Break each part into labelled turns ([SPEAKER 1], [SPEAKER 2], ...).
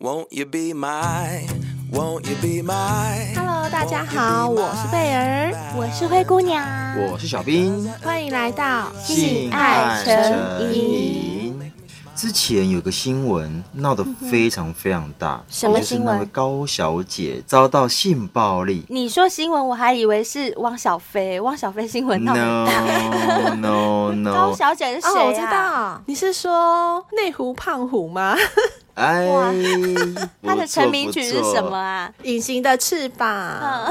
[SPEAKER 1] Won't you be my? Won't you be my?
[SPEAKER 2] Hello，大家好，我是贝儿，
[SPEAKER 3] 我是灰姑娘，
[SPEAKER 4] 我是小兵，
[SPEAKER 2] 欢迎来到
[SPEAKER 4] 性爱成瘾。之前有个新闻闹得非常非常大，
[SPEAKER 3] 什么
[SPEAKER 4] 就是
[SPEAKER 3] 新
[SPEAKER 4] 那位
[SPEAKER 3] 闻
[SPEAKER 4] 高小姐遭到性暴力。
[SPEAKER 3] 你说新闻，我还以为是汪小菲，汪小菲新闻闹
[SPEAKER 4] No
[SPEAKER 3] 的。
[SPEAKER 4] no
[SPEAKER 3] 高
[SPEAKER 4] no！
[SPEAKER 3] 小姐是谁、啊
[SPEAKER 2] 哦，我知，道，你是说内湖胖虎吗？
[SPEAKER 4] 哎
[SPEAKER 3] 哇，她
[SPEAKER 4] 他
[SPEAKER 3] 的成名曲是什么啊？
[SPEAKER 2] 隐形的翅膀，
[SPEAKER 4] 啊？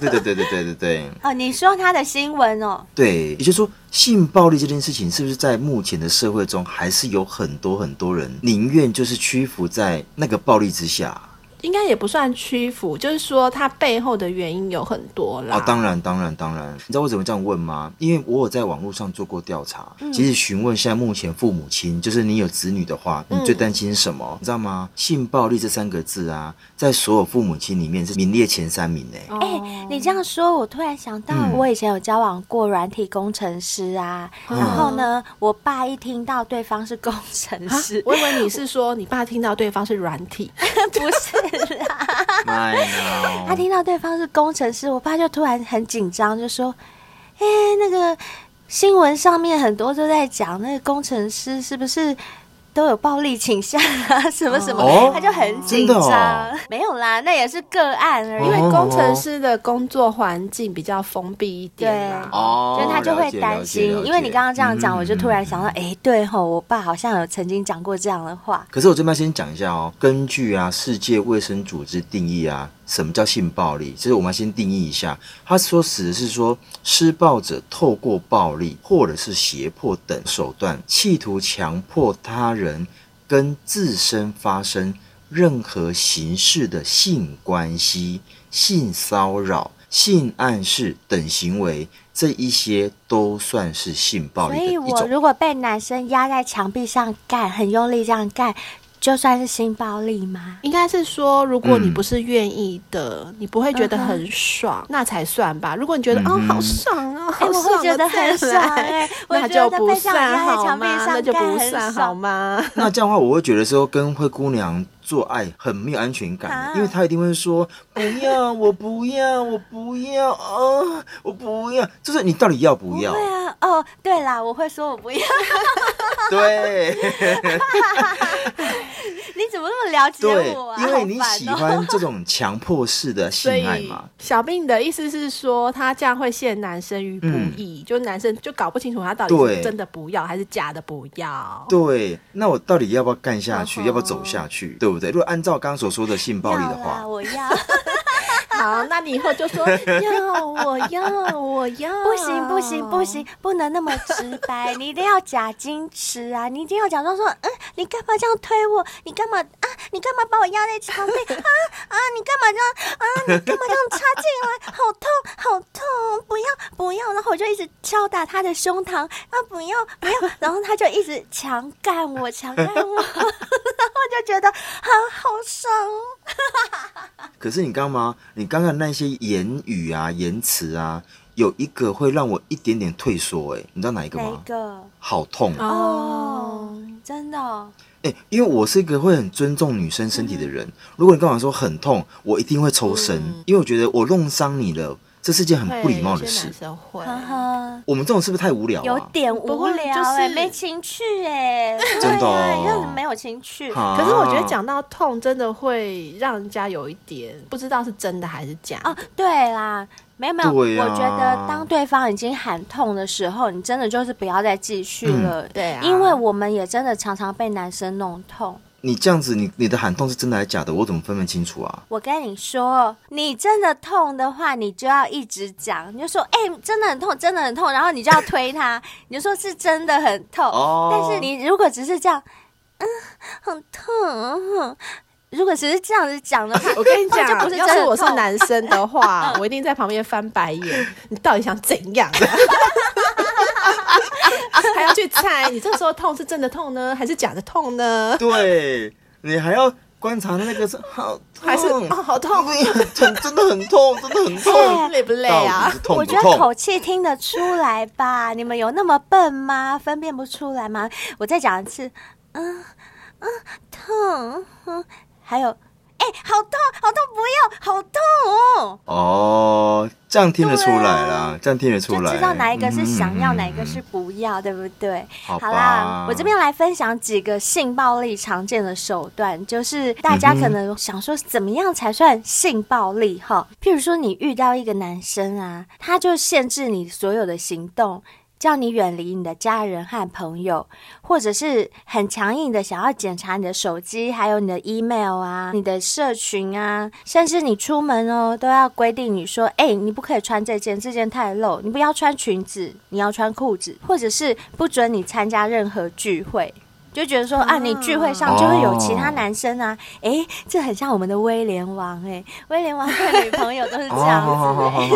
[SPEAKER 4] 对对对对对对对对
[SPEAKER 3] 哦，你说她的新闻哦，
[SPEAKER 4] 对，也就是说，性暴力这件事情是不是在目前的社会中，还是有很多很多人宁愿就是屈服在那个暴力之下？
[SPEAKER 2] 应该也不算屈服，就是说它背后的原因有很多啦。
[SPEAKER 4] 哦，当然，当然，当然。你知道为什么这样问吗？因为我有在网络上做过调查，
[SPEAKER 3] 嗯
[SPEAKER 4] 其实询问现在目前父母亲，就是你有子女的话，
[SPEAKER 3] 嗯
[SPEAKER 4] 你最担心什么？你知道吗？性暴力这三个字啊，在所有父母亲里面是名列前三 名诶。
[SPEAKER 2] 哦
[SPEAKER 3] 哎、你这样说，我突然想到，
[SPEAKER 4] 嗯哦
[SPEAKER 3] 我以前有交往过软体工程师啊，然后呢，我爸一听到对方是工程
[SPEAKER 2] 啊
[SPEAKER 3] 师，
[SPEAKER 2] 我以为你是说你爸听到对方是软体，
[SPEAKER 3] 不是啦，
[SPEAKER 4] My
[SPEAKER 3] 他
[SPEAKER 4] God！
[SPEAKER 3] 听到对方是工程师，我爸就突然很紧张，就说：“哎、那个新闻上面很多都在讲那个工程师是不是？”都有暴力倾向啊， 什么什么，
[SPEAKER 4] 哦
[SPEAKER 3] 他就很紧
[SPEAKER 4] 真
[SPEAKER 3] 张。
[SPEAKER 4] 的哦
[SPEAKER 3] 没有啦，那也是个案而
[SPEAKER 4] 哦
[SPEAKER 3] 已，
[SPEAKER 2] 因为工程师的工作环境比较封闭一点啦。
[SPEAKER 3] 对
[SPEAKER 4] 哦
[SPEAKER 3] 所以他就
[SPEAKER 4] 了
[SPEAKER 3] 会
[SPEAKER 4] 解
[SPEAKER 3] 担
[SPEAKER 4] 了解
[SPEAKER 3] 心
[SPEAKER 4] 了。解
[SPEAKER 3] 因为你刚刚这样
[SPEAKER 4] 嗯
[SPEAKER 3] 讲，我就突然
[SPEAKER 4] 嗯
[SPEAKER 3] 想到，哎、对吼，我爸好像有曾经讲过这样的话。
[SPEAKER 4] 可是我这边要先讲一下哦，根据啊世界卫生组织定义啊，什么叫性暴力？其实我们要先定义一下，它所指的是说施暴者透过暴力或者是胁迫等手段，企图强迫他人跟自身发生任何形式的性关系、性骚扰、性暗示等行为，这一些都算是性暴
[SPEAKER 3] 所
[SPEAKER 4] 力的
[SPEAKER 3] 以
[SPEAKER 4] 一
[SPEAKER 3] 我
[SPEAKER 4] 种。
[SPEAKER 3] 如果被男生压在墙壁上干，很用力这样干，就算是性暴力吗？
[SPEAKER 2] 应该是说，如果你
[SPEAKER 4] 嗯
[SPEAKER 2] 不是愿意的，你不会觉
[SPEAKER 3] 嗯
[SPEAKER 2] 得很爽，那才算吧。如果你觉得、
[SPEAKER 4] 嗯
[SPEAKER 2] 哦
[SPEAKER 4] 哼
[SPEAKER 2] 好爽哦，
[SPEAKER 3] 哎
[SPEAKER 2] 好
[SPEAKER 3] 我
[SPEAKER 2] 爽，
[SPEAKER 3] 会觉得
[SPEAKER 2] 我再
[SPEAKER 3] 很爽
[SPEAKER 2] 来
[SPEAKER 3] 哎我
[SPEAKER 2] 那
[SPEAKER 3] 觉得
[SPEAKER 2] 就不
[SPEAKER 3] 被这样
[SPEAKER 2] 算
[SPEAKER 3] 压在
[SPEAKER 2] 好
[SPEAKER 3] 墙壁
[SPEAKER 2] 吗？
[SPEAKER 3] 上
[SPEAKER 2] 那就
[SPEAKER 3] 干
[SPEAKER 2] 不
[SPEAKER 3] 很
[SPEAKER 2] 算好
[SPEAKER 3] 爽
[SPEAKER 2] 吗？
[SPEAKER 4] 那这样的话，我会觉得说跟灰姑娘做爱很没有安全感，
[SPEAKER 3] 啊
[SPEAKER 4] 因为她一定会说不要，我不要，我不要啊，我不要，就是你到底要不要
[SPEAKER 3] 对？啊，哦，对啦，我会说我不要。
[SPEAKER 4] 对
[SPEAKER 3] 你怎么那么了解
[SPEAKER 4] 对
[SPEAKER 3] 我啊？，
[SPEAKER 4] 因为你
[SPEAKER 3] 好烦哦
[SPEAKER 4] 喜欢这种强迫式的性
[SPEAKER 2] 所
[SPEAKER 4] 爱
[SPEAKER 2] 以
[SPEAKER 3] 哦
[SPEAKER 4] 嘛。
[SPEAKER 2] 小病的意思是说，他这样会陷男生于不
[SPEAKER 4] 嗯
[SPEAKER 2] 义，就男生就搞不清楚他到底
[SPEAKER 4] 对
[SPEAKER 2] 是真的不要还是假的不要。
[SPEAKER 4] 对，那我到底要不要干下去？
[SPEAKER 3] 哦
[SPEAKER 2] 嗯哼
[SPEAKER 4] 要不要走下去？对不对？如果按照刚刚所说的性暴力的
[SPEAKER 3] 要啦
[SPEAKER 4] 话，
[SPEAKER 3] 我要
[SPEAKER 2] 好，那你以后就 说要我要我要，
[SPEAKER 3] 不行不行不行，不能那么直白，你一定要假矜持啊！你一定要假装说，嗯，你干嘛这样推我？你干嘛啊？你干嘛把我压在墙壁啊啊？你干嘛这样啊？你干嘛这样插进来？ 好痛好痛！不要不要！然后我就一直敲打他的胸膛啊，不要不要！然后他就一直强干我强干我， 然后我就觉得啊，好爽哦！
[SPEAKER 4] 可是你刚吗？你刚刚那些言语啊、言辞啊，有一个会让我一点点退缩。哎，你知道哪一个
[SPEAKER 3] 哪一
[SPEAKER 4] 吗？
[SPEAKER 3] 个？
[SPEAKER 4] 好痛啊！
[SPEAKER 2] 哦
[SPEAKER 3] 哦，，真的哦、
[SPEAKER 4] 哎、因为我是一个会很尊重女生身体的
[SPEAKER 3] 嗯
[SPEAKER 4] 人，如果你跟我说很痛，我一定会抽身，因为我觉得我弄伤你了，这是件很不礼貌的
[SPEAKER 2] 会有些
[SPEAKER 4] 事
[SPEAKER 2] 男。生会。
[SPEAKER 3] 呵呵，
[SPEAKER 4] 我们这种是不是太无聊
[SPEAKER 3] 有
[SPEAKER 4] 啊？
[SPEAKER 3] 点
[SPEAKER 2] 啊不
[SPEAKER 3] 无
[SPEAKER 2] 会
[SPEAKER 3] 聊
[SPEAKER 2] 就是
[SPEAKER 3] 哎、没情趣哎、对
[SPEAKER 4] 真的
[SPEAKER 3] 啊
[SPEAKER 4] 哦
[SPEAKER 3] 让人没有情趣。
[SPEAKER 4] 啊
[SPEAKER 2] 可是我觉得讲到痛，真的会让人家有一点不知道是真的还是假的。
[SPEAKER 3] 哦，对啦，没有没有，
[SPEAKER 4] 对啊
[SPEAKER 3] 我觉得当对方已经喊痛的时候，你真的就是不要再继续了。
[SPEAKER 2] 对啊
[SPEAKER 3] 因为我们也真的常常被男生弄痛。
[SPEAKER 4] 你这样子，你你的喊痛是真的还是假的？我怎么分辨清楚啊？
[SPEAKER 3] 我跟你说，你真的痛的话，你就要一直讲，你就说，哎、真的很痛，真的很痛，然后你就要 推他，你就说是真的很痛。
[SPEAKER 4] 哦
[SPEAKER 3] 但是你如果只是这样，嗯，很痛，嗯如果只是这样子讲 的话，
[SPEAKER 2] 我跟你讲，
[SPEAKER 3] 哦就不是真
[SPEAKER 2] 要
[SPEAKER 3] 的
[SPEAKER 2] 是我是
[SPEAKER 3] 痛
[SPEAKER 2] 男生的话， 我一定在旁边翻白眼。你到底想怎样、啊？ 还要去猜，你这时候痛是真的痛呢，还是假的痛呢？
[SPEAKER 4] 对你还要观察那个是好痛，
[SPEAKER 2] 还是哦，好痛，
[SPEAKER 4] 很真的很痛，真的很
[SPEAKER 3] 哎
[SPEAKER 4] 痛，
[SPEAKER 2] 累不累
[SPEAKER 4] 到
[SPEAKER 2] 啊
[SPEAKER 4] 底是？痛
[SPEAKER 3] 我
[SPEAKER 4] 不
[SPEAKER 3] 觉得口
[SPEAKER 4] 痛？
[SPEAKER 3] 气听得出来吧？你们有那么笨吗？分辨不出来吗？我再讲一次，嗯痛，嗯还有，哎、好痛，好痛，不要，好痛哦！
[SPEAKER 4] 哦，这样听得出来啦，这样听得出
[SPEAKER 3] 啊就
[SPEAKER 4] 来，
[SPEAKER 3] 知道哪一个是想要，
[SPEAKER 4] 嗯
[SPEAKER 3] 哪一个是不要，对不对？
[SPEAKER 4] 好吧
[SPEAKER 3] 啦，我这边来分享几个性暴力常见的手段，就是大
[SPEAKER 4] 嗯
[SPEAKER 3] 家可能想说怎么样才算性暴力哈？譬如说你遇到一个男生啊，他就限制你所有的行动。叫你远离你的家人和朋友，或者是很强硬的想要检查你的手机，还有你的 email 啊、你的社群啊，甚至你出门哦，都要规定你说，哎、你不可以穿这件，这件太露，你不要穿裙子，你要穿裤子，或者是不准你参加任何聚会。就觉得说啊，你聚会上就会有其他男生啊，哎、这很像我们的威廉王哎、威廉王对女朋友都 是这
[SPEAKER 4] 哦，
[SPEAKER 3] 样
[SPEAKER 4] 好好
[SPEAKER 3] 子、
[SPEAKER 4] 好好好。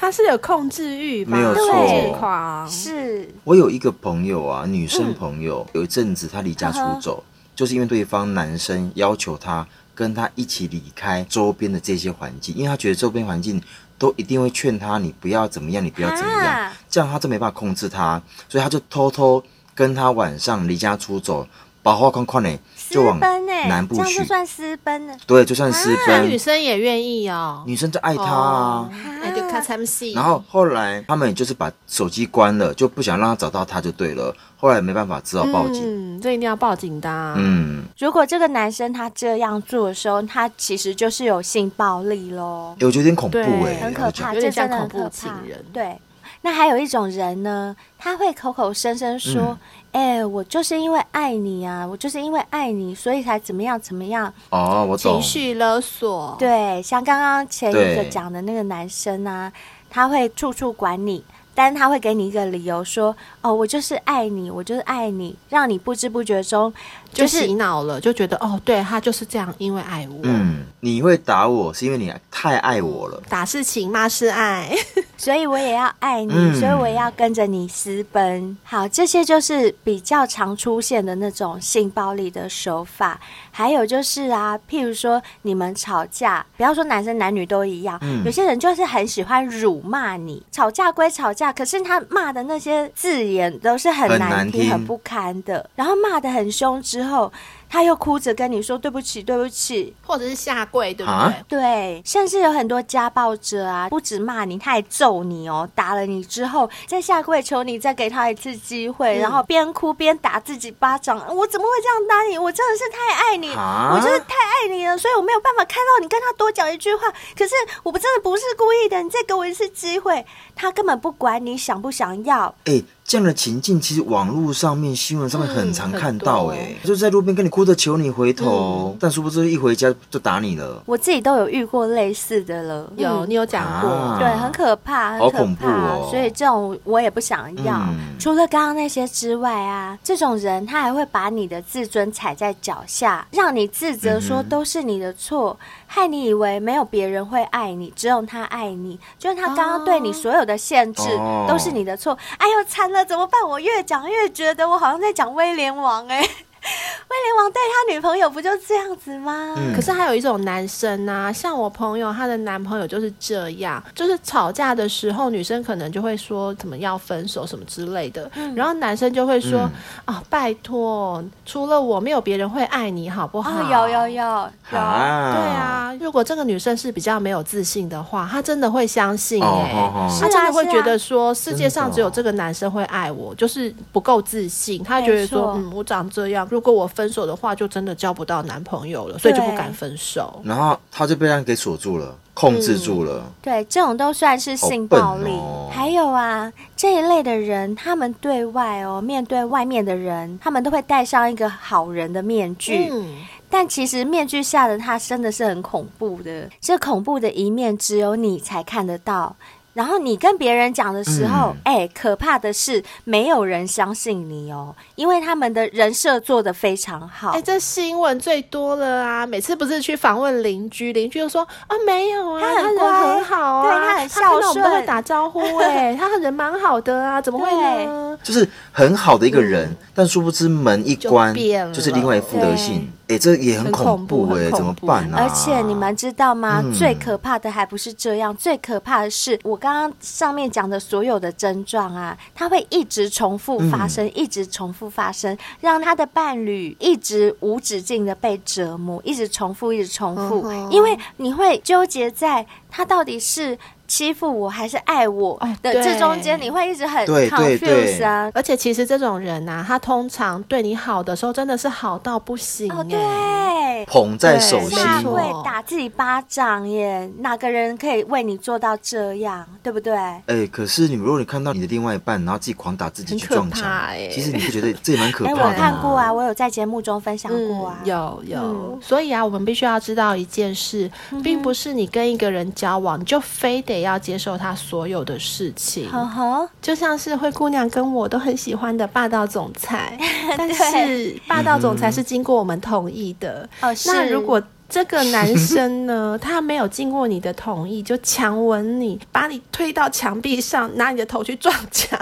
[SPEAKER 2] 他是有控制欲吧？
[SPEAKER 4] 没有
[SPEAKER 3] 错
[SPEAKER 2] 控制狂，
[SPEAKER 3] 是
[SPEAKER 4] 我有一个朋友啊，女生朋 友，有一阵子她离家出走，
[SPEAKER 3] 嗯
[SPEAKER 4] 就是因为对方男生要求她跟他一起离开周边的这些环境，因为她觉得周边环境都一定会劝她你不要怎么样，你不要怎么样，
[SPEAKER 3] 啊
[SPEAKER 4] 这样她就没办法控制她，所以她就偷偷跟她晚上离家出走，把花框框呢就
[SPEAKER 3] 私
[SPEAKER 4] 往
[SPEAKER 3] 奔啊哎、
[SPEAKER 4] 南部
[SPEAKER 3] 这样就
[SPEAKER 4] 去，
[SPEAKER 3] 算私奔了。
[SPEAKER 4] 对，就算私
[SPEAKER 2] 那
[SPEAKER 4] 奔，
[SPEAKER 2] 女生也愿意哦。
[SPEAKER 4] 女生就爱他啊。
[SPEAKER 2] 哦那就看他们戏。
[SPEAKER 4] 然后后来他们也就是把手机关了，就不想让他找到他就对了。后来没办法，只好报警。
[SPEAKER 2] 嗯，这一定要报警的啊。
[SPEAKER 4] 嗯，
[SPEAKER 3] 如果这个男生他这样做的时候，他其实就是有性暴力喽
[SPEAKER 4] 欸，我觉得有点恐怖
[SPEAKER 2] 对
[SPEAKER 4] 哎、
[SPEAKER 3] 很
[SPEAKER 4] 我
[SPEAKER 3] 可
[SPEAKER 4] 觉得
[SPEAKER 2] 有
[SPEAKER 3] 怕，这
[SPEAKER 2] 点
[SPEAKER 3] 真
[SPEAKER 2] 像
[SPEAKER 3] 的很
[SPEAKER 2] 恐怖
[SPEAKER 3] 可
[SPEAKER 2] 情
[SPEAKER 3] 怕
[SPEAKER 2] 人。
[SPEAKER 3] 对，那还有一种人呢，他会口口声声说
[SPEAKER 4] 嗯：“
[SPEAKER 3] 哎、我就是因为爱你啊，我就是因为爱你，所以才怎么样怎么样。
[SPEAKER 4] 哦，我懂
[SPEAKER 2] 情。绪勒索，，
[SPEAKER 3] 对，像刚刚前一个
[SPEAKER 4] 对
[SPEAKER 3] 讲的那个男生啊，他会处处管你。但是他会给你一个理由说：“哦，我就是爱你，我就是爱你，让你不知不觉中
[SPEAKER 2] 就
[SPEAKER 3] 就是
[SPEAKER 2] 洗脑了，就觉得哦，对他就是这样，因为爱我。
[SPEAKER 4] 嗯，你会打我是因为你太爱我了。
[SPEAKER 2] 打是情，骂是爱，
[SPEAKER 3] 所以我也要爱你，
[SPEAKER 4] 嗯
[SPEAKER 3] 所以我也要跟着你私奔。好，这些就是比较常出现的那种性暴力的手法。还有就是啊，譬如说你们吵架，不要说男生男女都一样，
[SPEAKER 4] 嗯
[SPEAKER 3] 有些人就是很喜欢辱骂你。吵架归吵架，可是他骂的那些字眼都是很
[SPEAKER 4] 很
[SPEAKER 3] 难
[SPEAKER 4] 难
[SPEAKER 3] 听、
[SPEAKER 4] 听
[SPEAKER 3] 很不堪的，然后骂得很凶之后，他又哭着跟你说对不起，对不起，
[SPEAKER 2] 或者是下跪，对不
[SPEAKER 4] 啊
[SPEAKER 2] 对？
[SPEAKER 3] 对，甚至有很多家暴者啊，不止骂你，他还揍你哦，打了你之后，再下跪求你再给他一次机会，
[SPEAKER 2] 嗯
[SPEAKER 3] 然后边哭边打自己巴掌。我怎么会这样打你？我真的是太爱你，
[SPEAKER 4] 啊
[SPEAKER 3] 我就是太爱你了，所以我没有办法看到你跟他多讲一句话。可是我不真的不是故意的，你再给我一次机会。他根本不管你想不想要，
[SPEAKER 4] 哎、这样的情境其实网络上面、新闻上面
[SPEAKER 2] 嗯
[SPEAKER 4] 很常看到
[SPEAKER 2] 很多
[SPEAKER 4] 哎、就是在路边跟你哭着求你回头，
[SPEAKER 2] 嗯
[SPEAKER 4] 但殊不知一回家就打你了。
[SPEAKER 3] 我自己都有遇过类似的了。
[SPEAKER 2] 有，
[SPEAKER 3] 嗯
[SPEAKER 2] 你有讲
[SPEAKER 4] 啊
[SPEAKER 2] 过，
[SPEAKER 3] 对，很可怕，很
[SPEAKER 4] 好
[SPEAKER 3] 可
[SPEAKER 4] 恐怖
[SPEAKER 3] 怕，
[SPEAKER 4] 哦
[SPEAKER 3] 所以这种我也不想要。
[SPEAKER 4] 嗯
[SPEAKER 3] 除了刚刚那些之外啊，这种人他还会把你的自尊踩在脚下，让你自责说
[SPEAKER 4] 嗯哼
[SPEAKER 3] 都是你的错，害你以为没有别人会爱你，只有他爱你。就是他刚刚对你所有的限制
[SPEAKER 4] 哦
[SPEAKER 3] 都是你的错。哎呦，惨了，怎么办？我越讲越觉得我好像在讲 威廉王哎、威廉王对他女朋友不就这样子吗？
[SPEAKER 4] 嗯
[SPEAKER 2] 可是还有一种男生啊，像我朋友，她的男朋友就是这样，就是吵架的时候，女生可能就会说怎么要分手什么之类的，
[SPEAKER 3] 嗯
[SPEAKER 2] 然后男生就会说
[SPEAKER 4] 嗯
[SPEAKER 2] 啊、拜托，除了我没有别人会爱你，好不好？
[SPEAKER 3] 哦，有有有有，
[SPEAKER 4] 啊，
[SPEAKER 2] 对，啊，如果这个女生是比较没有自信的话，她真的会相信、欸，
[SPEAKER 4] 哦哦哦
[SPEAKER 2] 她
[SPEAKER 3] 是啊
[SPEAKER 2] 真的会
[SPEAKER 3] 是啊
[SPEAKER 2] 觉得说世界上
[SPEAKER 4] 真的哦
[SPEAKER 2] 只有这个男生会爱我，就是不够自信，她觉得
[SPEAKER 3] 没
[SPEAKER 2] 说，
[SPEAKER 3] 错
[SPEAKER 2] 嗯，我长这样，如果我分手的话，就真的交不到男朋友了，所以就不
[SPEAKER 3] 对
[SPEAKER 2] 敢分手。
[SPEAKER 4] 然后他就被人给锁住了，控制住了。
[SPEAKER 3] 对，这种都算是性暴力。
[SPEAKER 4] 好笨哦
[SPEAKER 3] 还有啊，这一类的人，他们对外哦，面对外面的人，他们都会戴上一个好人的面具，
[SPEAKER 2] 嗯，
[SPEAKER 3] 但其实面具下的他真的是很恐怖的。这恐怖的一面只有你才看得到。然后你跟别人讲的时候，
[SPEAKER 4] 嗯
[SPEAKER 3] 哎、可怕的是没有人相信你哦，因为他们的人设做得非常好。
[SPEAKER 2] 哎、这新闻最多了啊！每次不是去访问邻居，邻居就说啊没有啊，
[SPEAKER 3] 他很
[SPEAKER 2] 他人
[SPEAKER 3] 乖
[SPEAKER 2] 很好啊，
[SPEAKER 3] 对他很
[SPEAKER 2] 看到我们
[SPEAKER 3] 孝顺
[SPEAKER 2] 都会打招呼哎、他人蛮好的啊，怎么会
[SPEAKER 3] 对
[SPEAKER 2] 呢？
[SPEAKER 4] 就是很好的一个人，
[SPEAKER 3] 嗯
[SPEAKER 4] 但殊不知门一
[SPEAKER 2] 就
[SPEAKER 4] 关，
[SPEAKER 2] 变了
[SPEAKER 4] 就是另外一副德性。哎、这也很
[SPEAKER 2] 很
[SPEAKER 4] 恐
[SPEAKER 2] 恐怖
[SPEAKER 4] 怖哎、
[SPEAKER 2] 很
[SPEAKER 4] 怎么
[SPEAKER 2] 恐怖
[SPEAKER 4] 办啊？
[SPEAKER 3] 而且你们知道吗？
[SPEAKER 4] 嗯
[SPEAKER 3] 最可怕的还不是这样，最可怕的是我刚刚上面讲的所有的症状啊，它会一直重复发生，
[SPEAKER 4] 嗯
[SPEAKER 3] 一直重复发生，让他的伴侣一直无止境的被折磨，一直重复，一直重复，
[SPEAKER 4] 哦
[SPEAKER 2] 嗯哼
[SPEAKER 3] 因为你会纠结在他到底是。欺负我还是爱我
[SPEAKER 2] 哎
[SPEAKER 3] 的
[SPEAKER 2] 对
[SPEAKER 3] 这中间，你会一直很
[SPEAKER 4] 哦对对对
[SPEAKER 3] confuse 啊，
[SPEAKER 2] 而且其实这种人呐、他通常对你好的时候真的是好到不行、
[SPEAKER 3] 哦，
[SPEAKER 2] 哎
[SPEAKER 3] 对，
[SPEAKER 4] 捧在手
[SPEAKER 2] 对
[SPEAKER 4] 心，
[SPEAKER 3] 下
[SPEAKER 2] 没错
[SPEAKER 3] 跪打自己巴掌耶，哪个人可以为你做到这样，对不对？
[SPEAKER 4] 哎、可是你如果你看到你的另外一半，然后自己狂打自己
[SPEAKER 2] 很
[SPEAKER 4] 去
[SPEAKER 2] 可
[SPEAKER 4] 撞墙，
[SPEAKER 2] 怕哎
[SPEAKER 4] 其实你不觉得这也蛮可
[SPEAKER 3] 哎，
[SPEAKER 4] 怕的
[SPEAKER 3] 我
[SPEAKER 4] 吗？
[SPEAKER 3] 看过啊，我有在节目中分享
[SPEAKER 2] 嗯
[SPEAKER 3] 过啊，，
[SPEAKER 2] 有有、
[SPEAKER 3] 嗯
[SPEAKER 2] 所以啊，我们必须要知道一件事，并不是你跟一个人交往，你就非得要接受他所有的事情。
[SPEAKER 4] 嗯
[SPEAKER 3] 呵呵，
[SPEAKER 2] 就像是灰姑娘跟我都很喜欢的霸道总 裁，但是霸道总裁是经过我们同意的。
[SPEAKER 3] 哦，是
[SPEAKER 2] 那如果这个男生 呢，他没有经过你的同意就强吻你，把你推到墙壁上，拿你的头去撞墙，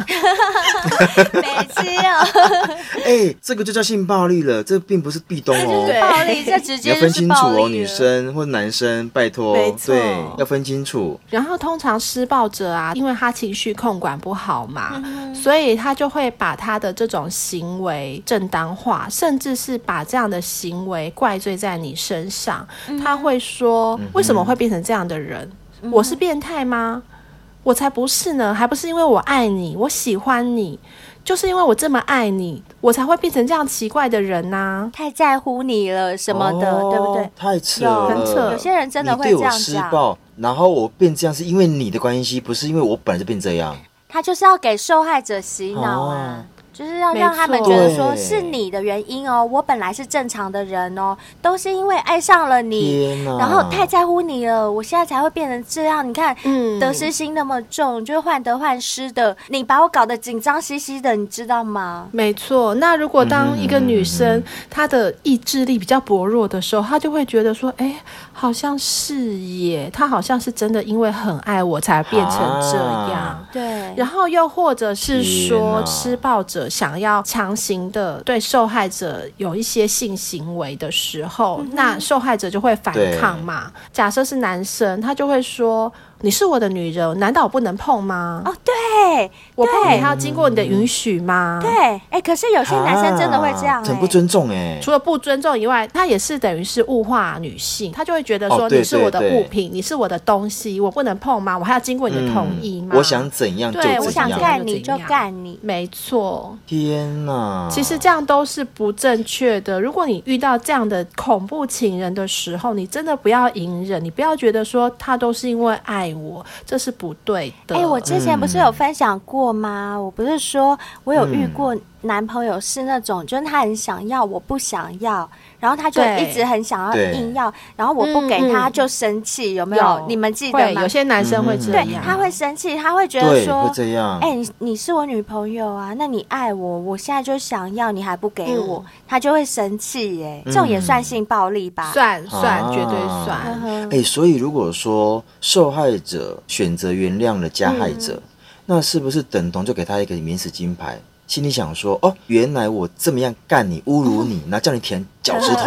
[SPEAKER 3] 没吃哦，
[SPEAKER 4] 哎、这个就叫性暴力了，这并不是壁咚哦。
[SPEAKER 2] 对
[SPEAKER 3] 暴力这直
[SPEAKER 4] 你要
[SPEAKER 3] 接就
[SPEAKER 4] 分
[SPEAKER 3] 是
[SPEAKER 4] 清楚
[SPEAKER 3] 暴力
[SPEAKER 4] 哦，
[SPEAKER 3] 了
[SPEAKER 4] 女生或男生，拜托
[SPEAKER 2] 没，错
[SPEAKER 4] 对，要分清楚。
[SPEAKER 2] 然后通常施暴者啊，因为他情绪控管不好嘛，所以他就会把他的这种行为正当化，甚至是把这样的行为怪罪在你身上。他会说：“为什么会变成这样的人？我是变态吗？我才不是呢！还不是因为我爱你，我喜欢你，就是因为我这么爱你，我才会变成这样奇怪的人啊呐、
[SPEAKER 3] 太在乎你了什么的，
[SPEAKER 4] 哦
[SPEAKER 3] 对不对？
[SPEAKER 4] 太扯
[SPEAKER 3] 有
[SPEAKER 4] 了，
[SPEAKER 2] 很扯
[SPEAKER 3] 有些人真的
[SPEAKER 4] 哦你
[SPEAKER 3] 会
[SPEAKER 4] 对
[SPEAKER 3] 这
[SPEAKER 4] 我
[SPEAKER 3] 样
[SPEAKER 4] 施
[SPEAKER 3] 讲，
[SPEAKER 4] 暴，然后我变这样是因为你的关系，不是因为我本来就变这样。
[SPEAKER 3] 他就是要给受害者洗脑啊。就是要让他们觉得说
[SPEAKER 4] 哦没错
[SPEAKER 3] 是你的原因哦，我本来是正常的人哦，都是因为爱上了你，
[SPEAKER 4] 天哪！
[SPEAKER 3] 嗯然后太在乎你了，我现在才会变成这样。你看，
[SPEAKER 2] 嗯
[SPEAKER 3] 得失心那么重，就是患得患失的，你把我搞得紧张兮兮的，你知道吗？
[SPEAKER 2] 没错，那如果当一个女生、
[SPEAKER 4] 嗯
[SPEAKER 2] 她的意志力比较薄弱的时候，她就会觉得说，哎、好像是耶，她好像是真的因为很爱我才变成这样。
[SPEAKER 4] 啊
[SPEAKER 3] 对，
[SPEAKER 2] 然后又或者是
[SPEAKER 4] 天
[SPEAKER 2] 说
[SPEAKER 4] 哪，
[SPEAKER 2] 施暴者想要强行的对受害者有一些性行为的时候，
[SPEAKER 4] 嗯
[SPEAKER 2] 那受害者就会反抗嘛。假设是男生，他就会说：“你是我的女人，难道我不能碰吗？
[SPEAKER 3] 哦，对
[SPEAKER 2] 我碰你还要经过你的允许吗？”
[SPEAKER 3] 对，哎、可是有些男生真的会这样、
[SPEAKER 4] 嗯啊
[SPEAKER 3] 哎
[SPEAKER 4] 很不尊重哎、
[SPEAKER 2] 除了不尊重以外，他也是等于是物化女性，他就会觉得说、
[SPEAKER 4] 哦对
[SPEAKER 2] 你是我的
[SPEAKER 4] 对对
[SPEAKER 2] 物品，你是我的东西，我不能碰吗？我还要经过你的同意吗？
[SPEAKER 4] 嗯我想怎样就
[SPEAKER 2] 对
[SPEAKER 3] 我
[SPEAKER 4] 怎
[SPEAKER 3] 想
[SPEAKER 2] 这
[SPEAKER 4] 样。
[SPEAKER 2] 样
[SPEAKER 3] 干你就干你，
[SPEAKER 2] 没错，
[SPEAKER 4] 天哪！
[SPEAKER 2] 其实这样都是不正确的。如果你遇到这样的恐怖情人的时候，你真的不要隐忍，你不要觉得说他都是因为爱我，这是不对的。
[SPEAKER 3] 哎、我之前不是有分享过吗？我不是说我有遇过男朋友是那种，就是他很想要，我不想要，然后他就
[SPEAKER 2] 对
[SPEAKER 3] 一直很想要
[SPEAKER 4] 对
[SPEAKER 3] 硬要，然后我不给
[SPEAKER 2] 嗯嗯
[SPEAKER 3] 他他就生气，有没有？
[SPEAKER 2] 有
[SPEAKER 3] 你们记得
[SPEAKER 2] 会
[SPEAKER 3] 吗？
[SPEAKER 2] 有些男生会这
[SPEAKER 4] 嗯
[SPEAKER 3] 对
[SPEAKER 2] 样，，
[SPEAKER 3] 他会生气，他会觉得
[SPEAKER 4] 对
[SPEAKER 3] 说
[SPEAKER 4] 会这样。
[SPEAKER 3] 哎、你你是我女朋友啊，那你爱我，我现在就想要，你还不给我，
[SPEAKER 4] 嗯
[SPEAKER 3] 他就会生气耶、这种也算性暴力吧？
[SPEAKER 2] 算算、
[SPEAKER 4] 啊
[SPEAKER 2] 绝对算。
[SPEAKER 3] 嗯
[SPEAKER 4] 哎、所以如果说受害者选择原谅了加害者，那是不是等同就给他一个免死金牌？心里想说，哦，原来我这么样干你、侮辱你，然后叫你舔脚趾头，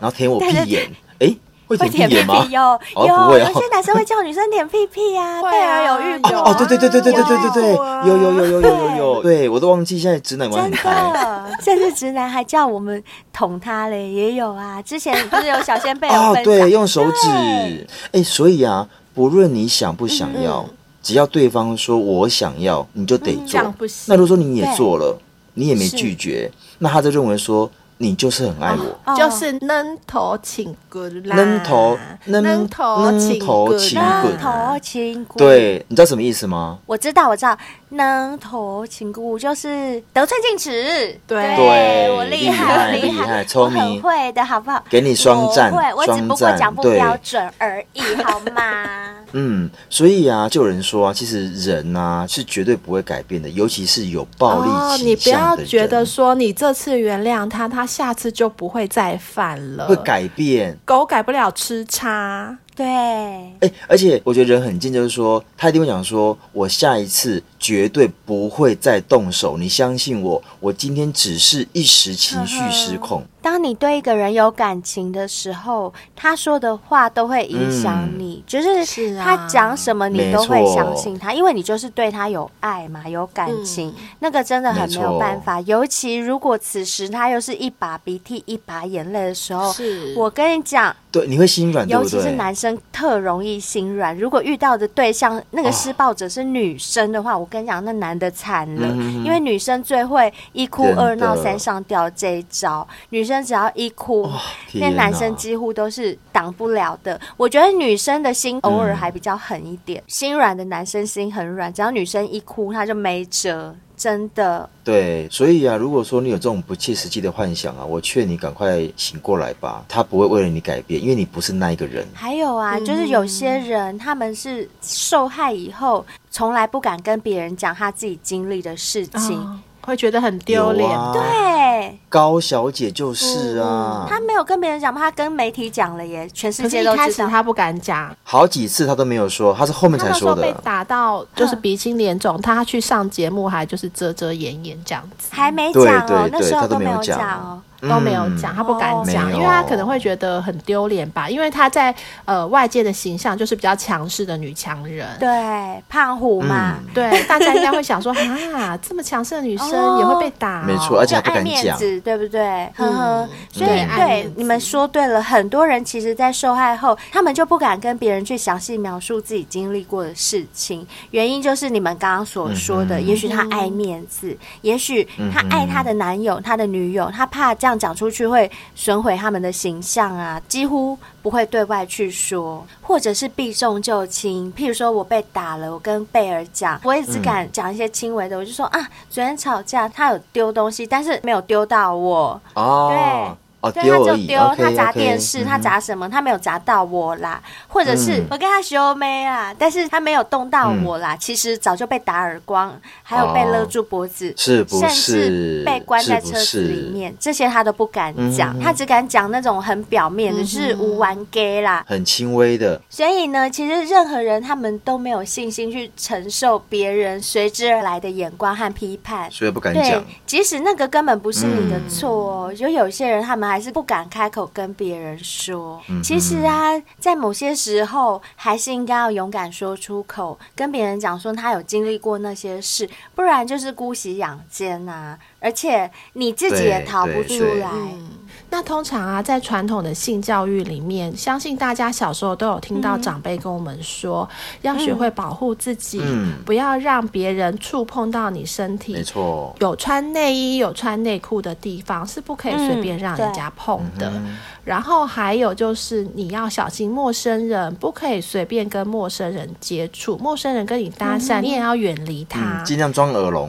[SPEAKER 4] 然后舔我屁眼，哎、会
[SPEAKER 3] 会
[SPEAKER 4] 舔
[SPEAKER 3] 舔
[SPEAKER 4] 屁眼吗？
[SPEAKER 3] 有
[SPEAKER 4] 哦
[SPEAKER 3] 有、
[SPEAKER 4] 不会哦
[SPEAKER 3] 有些男生会叫女生舔屁屁 啊，
[SPEAKER 2] 会
[SPEAKER 3] 贝
[SPEAKER 2] 啊
[SPEAKER 3] 尔有遇过
[SPEAKER 2] 有
[SPEAKER 4] 哦哦，对对对对对对对对对，
[SPEAKER 2] 有啊
[SPEAKER 4] 有有有有有有有，对我都忘记现在直男玩
[SPEAKER 3] 真
[SPEAKER 4] 很开。
[SPEAKER 3] 的， 甚至直男还叫我们捅他嘞，也有啊。之前不是有小仙贝有
[SPEAKER 4] 哦，
[SPEAKER 3] 分享，
[SPEAKER 4] 对，用手指。哎、所以啊，不论你想不
[SPEAKER 2] 嗯
[SPEAKER 4] 想要，只要对方说我想要，你就得
[SPEAKER 2] 嗯这
[SPEAKER 4] 做。
[SPEAKER 2] 样不行
[SPEAKER 4] 那如果说你也
[SPEAKER 3] 对
[SPEAKER 4] 做了，你也没
[SPEAKER 3] 是
[SPEAKER 4] 拒绝，那他就认为说你就是很
[SPEAKER 2] 啊
[SPEAKER 4] 爱我。
[SPEAKER 3] 哦
[SPEAKER 2] 就是扔头请滚啦，
[SPEAKER 4] 扔头扔
[SPEAKER 2] 扔头
[SPEAKER 4] 扔
[SPEAKER 2] 请
[SPEAKER 4] 头
[SPEAKER 2] 滚
[SPEAKER 4] 请
[SPEAKER 2] 啦
[SPEAKER 4] 滚
[SPEAKER 3] 能头亲骨。
[SPEAKER 4] 对，你知道什么意思吗？
[SPEAKER 3] 我知道，我知道，能头擒骨就是得寸进尺。
[SPEAKER 2] 对
[SPEAKER 4] 对
[SPEAKER 3] 我
[SPEAKER 4] 厉
[SPEAKER 3] 厉
[SPEAKER 4] 害
[SPEAKER 3] 害，我
[SPEAKER 4] 厉害
[SPEAKER 3] 害，
[SPEAKER 4] 聪
[SPEAKER 3] 我
[SPEAKER 4] 明
[SPEAKER 3] 很会的，好不好？
[SPEAKER 4] 给你双战
[SPEAKER 3] 我会，我只不
[SPEAKER 4] 双
[SPEAKER 3] 过
[SPEAKER 4] 战
[SPEAKER 3] 讲不
[SPEAKER 4] 对
[SPEAKER 3] 标准而已，好吗？
[SPEAKER 4] 嗯，所以啊，就有人说啊，其实人啊是绝对不会改变的，尤其是有暴
[SPEAKER 2] 哦
[SPEAKER 4] 力，
[SPEAKER 2] 你
[SPEAKER 4] 倾
[SPEAKER 2] 不
[SPEAKER 4] 向
[SPEAKER 2] 要
[SPEAKER 4] 的人，
[SPEAKER 2] 觉得说你这次原谅他，他下次就不会再犯了。
[SPEAKER 4] 会改变。
[SPEAKER 2] 狗改不了吃叉，
[SPEAKER 3] 对，
[SPEAKER 4] 哎、而且我觉得人很贱，就是说他一定会讲说，我下一次绝对不会再动手，你相信我，我今天只是一时
[SPEAKER 2] 嗯
[SPEAKER 4] 情绪失控。
[SPEAKER 3] 当你对一个人有感情的时候，他说的话都会影响
[SPEAKER 4] 嗯
[SPEAKER 3] 你，就是
[SPEAKER 2] 是啊
[SPEAKER 3] 他讲什么你
[SPEAKER 4] 没
[SPEAKER 3] 都会
[SPEAKER 4] 错
[SPEAKER 3] 相信他，因为你就是对他有爱嘛，有感
[SPEAKER 2] 嗯
[SPEAKER 3] 情，那个真的很没
[SPEAKER 4] 没
[SPEAKER 3] 有
[SPEAKER 4] 错
[SPEAKER 3] 办法。尤其如果此时他又是一把鼻涕一把眼泪的时候，
[SPEAKER 2] 是
[SPEAKER 3] 我跟你讲，
[SPEAKER 4] 对，你会心软，对
[SPEAKER 3] 尤
[SPEAKER 4] 不
[SPEAKER 3] 其是
[SPEAKER 4] 对？
[SPEAKER 3] 男生特容易心软，如果遇到的对象那个
[SPEAKER 4] 哦
[SPEAKER 3] 施暴者是女生的话，我跟你讲，那男的惨了，
[SPEAKER 4] 嗯哼哼
[SPEAKER 3] 因为女生最会一哭
[SPEAKER 4] 真的
[SPEAKER 3] 二闹三上吊这一招，女生只要一哭。那
[SPEAKER 4] 哦天
[SPEAKER 3] 男生
[SPEAKER 4] 哪
[SPEAKER 3] 几乎都是挡不了的。我觉得女生的
[SPEAKER 4] 嗯
[SPEAKER 3] 心偶尔还比较狠一点，心软的男生心很软，只要女生一哭，他就没辙，真的。
[SPEAKER 4] 对，所以啊，如果说你有这种不切实际的幻想啊，我劝你赶快醒过来吧。他不会为了你改变，因为你不是那一个人。
[SPEAKER 3] 还有啊，
[SPEAKER 2] 嗯
[SPEAKER 3] 就是有些人他们是受害以后，从来不敢跟别人讲他自己经历的事情。
[SPEAKER 2] 啊会觉得很丢脸嗯
[SPEAKER 4] 有。啊
[SPEAKER 3] 对
[SPEAKER 4] 高小姐就是啊，
[SPEAKER 3] 他没有跟别人讲，他跟媒体讲了耶，全世
[SPEAKER 2] 可是，
[SPEAKER 3] 界
[SPEAKER 2] 一
[SPEAKER 3] 都
[SPEAKER 2] 开
[SPEAKER 3] 知
[SPEAKER 2] 始
[SPEAKER 3] 道。
[SPEAKER 2] 他不敢讲，
[SPEAKER 4] 好几次她都没有说，她是后面
[SPEAKER 2] 他
[SPEAKER 4] 才
[SPEAKER 2] 那时候
[SPEAKER 4] 说的。
[SPEAKER 2] 被打到就是鼻青脸肿，他去上节目还就是遮遮掩掩这样子，
[SPEAKER 3] 还没讲哦，
[SPEAKER 4] 对对对
[SPEAKER 3] 那时候
[SPEAKER 4] 他都
[SPEAKER 3] 没
[SPEAKER 4] 没有
[SPEAKER 3] 有
[SPEAKER 4] 讲
[SPEAKER 3] 讲哦。
[SPEAKER 2] 都没有
[SPEAKER 4] 嗯
[SPEAKER 2] 讲，他不敢讲，
[SPEAKER 4] 没
[SPEAKER 2] 因
[SPEAKER 4] 有
[SPEAKER 2] 为他可能会觉得很丢脸吧，因为他在呃外界的形象就是比较强势的女强人。
[SPEAKER 3] 对，胖虎嘛，
[SPEAKER 4] 嗯
[SPEAKER 2] 对，大家应该会想说， 啊，这么强势的女生
[SPEAKER 3] 哦
[SPEAKER 2] 也会被打哦、
[SPEAKER 4] 没错而且
[SPEAKER 3] 就
[SPEAKER 4] 他不
[SPEAKER 3] 爱
[SPEAKER 4] 敢
[SPEAKER 3] 面
[SPEAKER 4] 讲
[SPEAKER 3] 子，对不对？呵呵，所以
[SPEAKER 4] 对
[SPEAKER 2] 嗯爱面
[SPEAKER 3] 对
[SPEAKER 2] 子
[SPEAKER 3] 你们说对了，很多人其实，在受害后，他们就不敢跟别人去详细描述自己经历过的事情，原因就是你们刚刚所说的，
[SPEAKER 4] 嗯
[SPEAKER 3] 也许她爱面子，也许她爱她的男友、她的女友，她怕这样讲出去会损毁他们的形象啊，几乎不会对外去说，或者是避重就轻。譬如说我被打了，我跟贝尔讲，我也只敢讲一些轻微的，我就
[SPEAKER 4] 嗯
[SPEAKER 3] 说啊，昨天吵架，他有丢东西，但是没有丢到我，
[SPEAKER 4] 哦，哦，
[SPEAKER 3] 对，他
[SPEAKER 4] 丢而
[SPEAKER 3] 就
[SPEAKER 4] 已。
[SPEAKER 3] 丢，
[SPEAKER 4] OK，
[SPEAKER 3] 他砸
[SPEAKER 4] OK，
[SPEAKER 3] 电视，他
[SPEAKER 4] 嗯
[SPEAKER 3] 砸什么？他没有砸到我啦，或者是
[SPEAKER 4] 嗯
[SPEAKER 3] 我跟他修眉啊，但是他没有动到我啦。其实早就被打耳光，还有被
[SPEAKER 4] 哦
[SPEAKER 3] 勒住脖子，
[SPEAKER 4] 是不
[SPEAKER 3] 甚
[SPEAKER 4] 是
[SPEAKER 3] 至被关在
[SPEAKER 4] 是不
[SPEAKER 3] 车子里
[SPEAKER 4] 是
[SPEAKER 3] 面，这些他都不敢讲，
[SPEAKER 4] 嗯
[SPEAKER 3] 他只敢讲那种很表面的，就是无玩 gay 啦。
[SPEAKER 4] 很轻微的，
[SPEAKER 3] 所以呢，其实任何人他们都没有信心去承受别人随之而来的眼光和批判。
[SPEAKER 4] 所以不敢
[SPEAKER 3] 对
[SPEAKER 4] 讲。，
[SPEAKER 3] 即使那个根本不是你的错、哦，就有些人他们还是不敢开口跟别人说。其实啊，在某些时候还是应该要勇敢说出口，跟别人讲说他有经历过那些事，不然就是姑息养奸呐、而且你自己也
[SPEAKER 4] 对
[SPEAKER 3] 逃不
[SPEAKER 4] 对
[SPEAKER 3] 出
[SPEAKER 4] 对
[SPEAKER 3] 来。
[SPEAKER 2] 那通常啊，在传统的性教育里面，相信大家小时候都有听
[SPEAKER 3] 嗯
[SPEAKER 2] 到长辈跟我们说，要学会保护自己，
[SPEAKER 4] 嗯
[SPEAKER 2] 不要让别人触碰到你身体。
[SPEAKER 4] 没错，
[SPEAKER 2] 有穿内衣、有穿内裤的地方是不可
[SPEAKER 3] 嗯
[SPEAKER 2] 以随便让人家碰的。然后还有就是你要小心陌生人，不可以随便跟陌生人接触。陌生人跟你搭
[SPEAKER 3] 嗯
[SPEAKER 2] 讪，你也要远离他。
[SPEAKER 4] 嗯，尽量装耳 聋，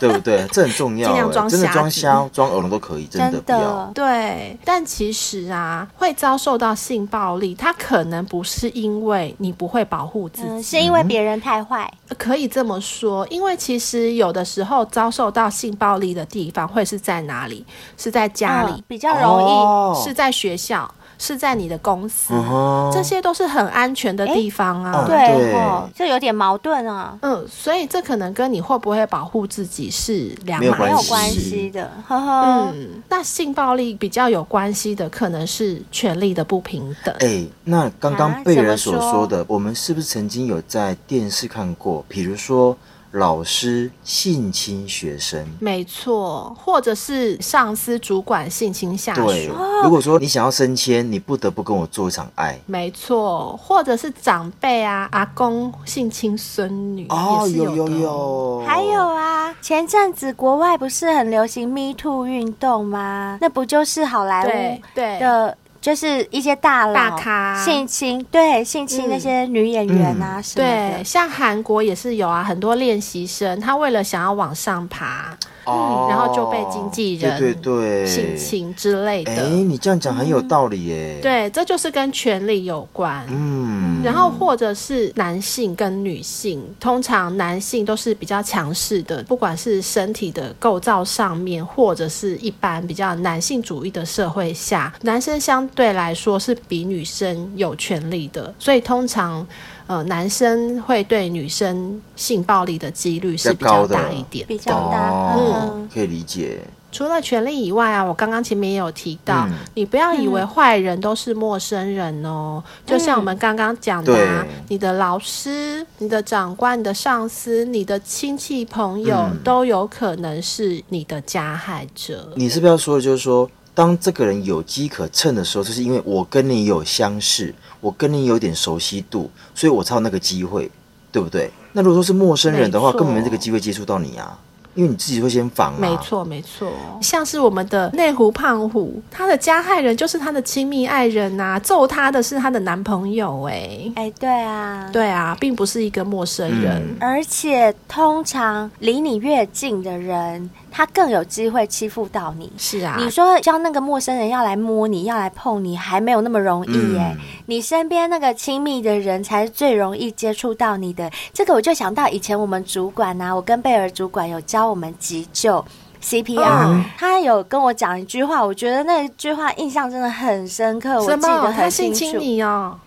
[SPEAKER 4] 对不对？这很重要
[SPEAKER 2] 尽量
[SPEAKER 4] 欸，
[SPEAKER 2] 装
[SPEAKER 4] 真的
[SPEAKER 2] 瞎
[SPEAKER 4] 装
[SPEAKER 2] 子
[SPEAKER 4] 瞎、装耳聋都可以，真的
[SPEAKER 3] 真
[SPEAKER 4] 不要。
[SPEAKER 3] 的，
[SPEAKER 2] 对，但其实啊，会遭受到性暴力，它可能不是因为你不会保护自
[SPEAKER 3] 嗯，
[SPEAKER 2] 己，
[SPEAKER 3] 是因为别人太坏，
[SPEAKER 2] 可以这么说，因为其实有的时候遭受到性暴力的地方会是在哪里？是在家里
[SPEAKER 3] 嗯，比较容易。
[SPEAKER 4] 哦
[SPEAKER 2] 是在学校，是在你的公司，
[SPEAKER 4] 嗯哼
[SPEAKER 2] 这些都是很安全的地方啊。
[SPEAKER 4] 哦
[SPEAKER 3] 对
[SPEAKER 4] 对
[SPEAKER 3] 哦，这有点矛盾啊，
[SPEAKER 2] 嗯，所以这可能跟你会不会保护自己是两
[SPEAKER 4] 没有
[SPEAKER 2] 码
[SPEAKER 3] 没
[SPEAKER 4] 关
[SPEAKER 3] 有
[SPEAKER 4] 系
[SPEAKER 2] 事。
[SPEAKER 3] 关系的，呵呵。
[SPEAKER 2] 嗯，那性暴力比较有关系的，可能是权力的不平等。
[SPEAKER 4] 哎、那刚
[SPEAKER 3] 啊
[SPEAKER 4] 刚贝
[SPEAKER 3] 怎么
[SPEAKER 4] 人所
[SPEAKER 3] 说
[SPEAKER 4] 说的，我们是不是曾经有在电视看过？比如说老师性侵学生，
[SPEAKER 3] 嗯
[SPEAKER 2] 没错，或者是上司主管性侵下
[SPEAKER 4] 对
[SPEAKER 2] 属。。
[SPEAKER 4] 如果说你想要升迁，你不得不跟我做一场爱。
[SPEAKER 2] 没错，或者是长辈啊，阿公性侵孙女，
[SPEAKER 4] 哦，
[SPEAKER 2] 也是
[SPEAKER 4] 有
[SPEAKER 2] 有
[SPEAKER 4] 有
[SPEAKER 2] 的哦。
[SPEAKER 4] 有，
[SPEAKER 3] 还有啊，前阵子国外不是很流行 Me Too 运动吗？那不就是好莱
[SPEAKER 2] 对
[SPEAKER 3] 坞
[SPEAKER 2] 对
[SPEAKER 3] 的，就是一些大佬
[SPEAKER 2] 大咖
[SPEAKER 3] 性侵，对性侵
[SPEAKER 2] 嗯
[SPEAKER 3] 那些女演员啊什么
[SPEAKER 2] 对，
[SPEAKER 3] 的。
[SPEAKER 2] 像韩国也是有啊，很多练习生他为了想要往上爬，
[SPEAKER 4] 哦
[SPEAKER 2] 嗯然后就被经纪人
[SPEAKER 4] 对对对
[SPEAKER 2] 性。侵之类的。嗯
[SPEAKER 4] 哎、你这样讲很有道理耶。，
[SPEAKER 2] 对，这就是跟权力有关。
[SPEAKER 4] 嗯，
[SPEAKER 2] 然后或者是男性跟女性，通常男性都是比较强势的，不管是身体的构造上面，或者是一般比较男性主义的社会下，男生相对来说是比女生有权利的，所以通常呃男生会对女生性暴力的几率是比较大一点。
[SPEAKER 3] 比较大，
[SPEAKER 4] 哦
[SPEAKER 3] 嗯，
[SPEAKER 4] 可以理解。
[SPEAKER 2] 除了权利以外啊，我刚刚前面也有提到，
[SPEAKER 4] 嗯
[SPEAKER 2] 你不要以为坏人都是陌生人哦。就像我们刚刚讲的、啊
[SPEAKER 4] 对，
[SPEAKER 2] 你的老师、你的长官、你的上司、你的亲戚朋友、
[SPEAKER 4] 嗯
[SPEAKER 2] 都有可能是你的加害者。
[SPEAKER 4] 你是不是要说的就是说，当这个人有机可乘的时候，就是因为我跟你有相似，我跟你有点熟悉度，所以我才有那个机会，对不对？那如果说是陌生人的话，
[SPEAKER 2] 没错
[SPEAKER 4] 根本没这个机会接触到你啊，因为你自己会先防啊。
[SPEAKER 2] 没，错，没错，像是我们的内湖胖虎，他的加害人就是他的亲密爱人呐、揍他的是他的男朋友、哎，
[SPEAKER 3] 哎，对啊，
[SPEAKER 2] 对啊，并不是一个陌生人。
[SPEAKER 4] 嗯
[SPEAKER 3] 而且通常离你越近的人，他更有机会欺负到你。
[SPEAKER 2] 是啊，
[SPEAKER 3] 你说叫那个陌生人要来摸你，要来碰你，还没有那么容易耶。
[SPEAKER 4] 嗯
[SPEAKER 3] 你身边那个亲密的人才是最容易接触到你的。这个我就想到以前我们主管呐、我跟贝尔主管有教我们急救。CPR，、
[SPEAKER 2] 嗯
[SPEAKER 3] 他有跟我讲一句话，我觉得那句话印象真的很深刻，我
[SPEAKER 2] 什
[SPEAKER 3] 记得
[SPEAKER 2] 么？他
[SPEAKER 3] 很
[SPEAKER 2] 性
[SPEAKER 3] 清
[SPEAKER 2] 侵
[SPEAKER 3] 楚。
[SPEAKER 2] 你哦？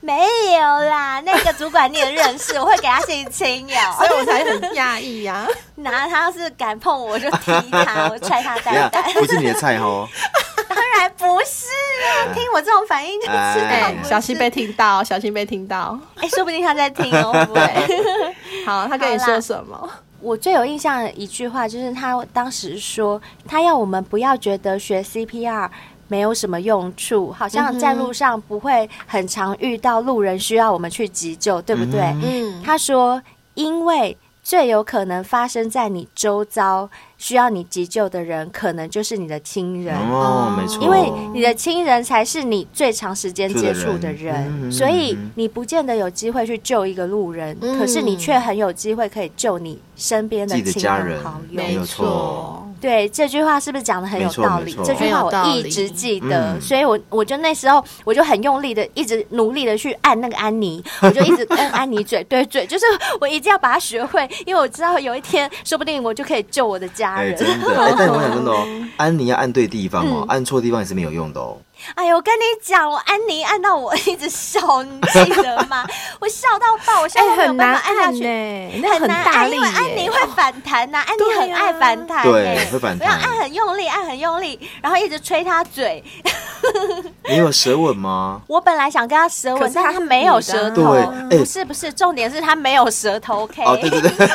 [SPEAKER 3] 没有啦，那个主管你也认识，我会给他性 侵哟。
[SPEAKER 2] 所以我才很讶异
[SPEAKER 3] 啊
[SPEAKER 2] 呀。
[SPEAKER 3] 拿他是敢碰我，我就踢他，我踹他
[SPEAKER 4] 等一 下
[SPEAKER 3] 蛋蛋。
[SPEAKER 4] 不是你的菜哦。
[SPEAKER 3] 当然不是啊，听我这种反应就知道
[SPEAKER 4] 哎
[SPEAKER 3] 不是。
[SPEAKER 2] 小心被听到，小心被听到。
[SPEAKER 3] 哎，说不定他在听哦，会不会？
[SPEAKER 2] 好，他跟你
[SPEAKER 3] 好
[SPEAKER 2] 说
[SPEAKER 3] 啦
[SPEAKER 2] 什么？
[SPEAKER 3] 我最有印象的一句话就是他当时说，他要我们不要觉得学 CPR。没有什么用处，好像在路上不会很常遇到路人需要我们去急救，对不对？
[SPEAKER 4] 嗯
[SPEAKER 2] 嗯，
[SPEAKER 3] 他说，因为最有可能发生在你周遭需要你急救的人，可能就是你的亲人。
[SPEAKER 2] 嗯
[SPEAKER 4] 哦，没错。
[SPEAKER 3] 因为你的亲人才是你最长时间接触
[SPEAKER 4] 是
[SPEAKER 3] 的
[SPEAKER 4] 的人嗯
[SPEAKER 3] 人，所以你不见得有机会去救一个路人，
[SPEAKER 2] 嗯
[SPEAKER 3] 可是你却很有机会可以救你身边
[SPEAKER 4] 自己的
[SPEAKER 3] 亲
[SPEAKER 4] 家人
[SPEAKER 3] 朋好友。
[SPEAKER 4] 没有错。
[SPEAKER 3] 对这句话是不是讲的很有
[SPEAKER 4] 没错
[SPEAKER 3] 道理
[SPEAKER 4] 没？错
[SPEAKER 3] 这句话
[SPEAKER 2] 很有道
[SPEAKER 3] 我
[SPEAKER 2] 理
[SPEAKER 3] 一直记得，
[SPEAKER 4] 嗯
[SPEAKER 3] 所以我我就那时候我就很用力的，一直努力的去按那个安 妮，我就一直跟安妮嘴对嘴，就是我一定要把它学会，因为我知道有一天说不定我就可以救我的家
[SPEAKER 4] 哎，
[SPEAKER 3] 人。
[SPEAKER 4] 真的，哎，但我想真的哦，安妮要按对地方哦，按错地方也是没有用的哦。
[SPEAKER 3] 哎呦，我跟你讲，我安妮按到我一直笑，你记得 吗？我笑到爆，我笑到
[SPEAKER 2] 哎，
[SPEAKER 3] 没有
[SPEAKER 2] 很
[SPEAKER 3] 办
[SPEAKER 2] 难
[SPEAKER 3] 法按下
[SPEAKER 2] 按
[SPEAKER 3] 去。
[SPEAKER 2] 呢，那
[SPEAKER 3] 很
[SPEAKER 2] 很
[SPEAKER 3] 难
[SPEAKER 2] 大
[SPEAKER 3] 按，
[SPEAKER 2] 力
[SPEAKER 3] 因为安妮
[SPEAKER 2] 耶。
[SPEAKER 3] 会反弹呐、安妮
[SPEAKER 2] 对啊
[SPEAKER 3] 很爱反弹、欸，
[SPEAKER 4] 对会反弹
[SPEAKER 3] 我要按很用力，按很用力，然后一直吹她嘴。
[SPEAKER 4] 你有舌吻吗？
[SPEAKER 3] 我本来想跟她舌
[SPEAKER 2] 可
[SPEAKER 3] 吻，
[SPEAKER 2] 是
[SPEAKER 3] 但
[SPEAKER 2] 她
[SPEAKER 3] 她
[SPEAKER 2] 是啊
[SPEAKER 3] 没有舌头。
[SPEAKER 4] 对哎
[SPEAKER 3] 不是不是，重点是她没有舌头。OK，、
[SPEAKER 4] 哦，对对 对，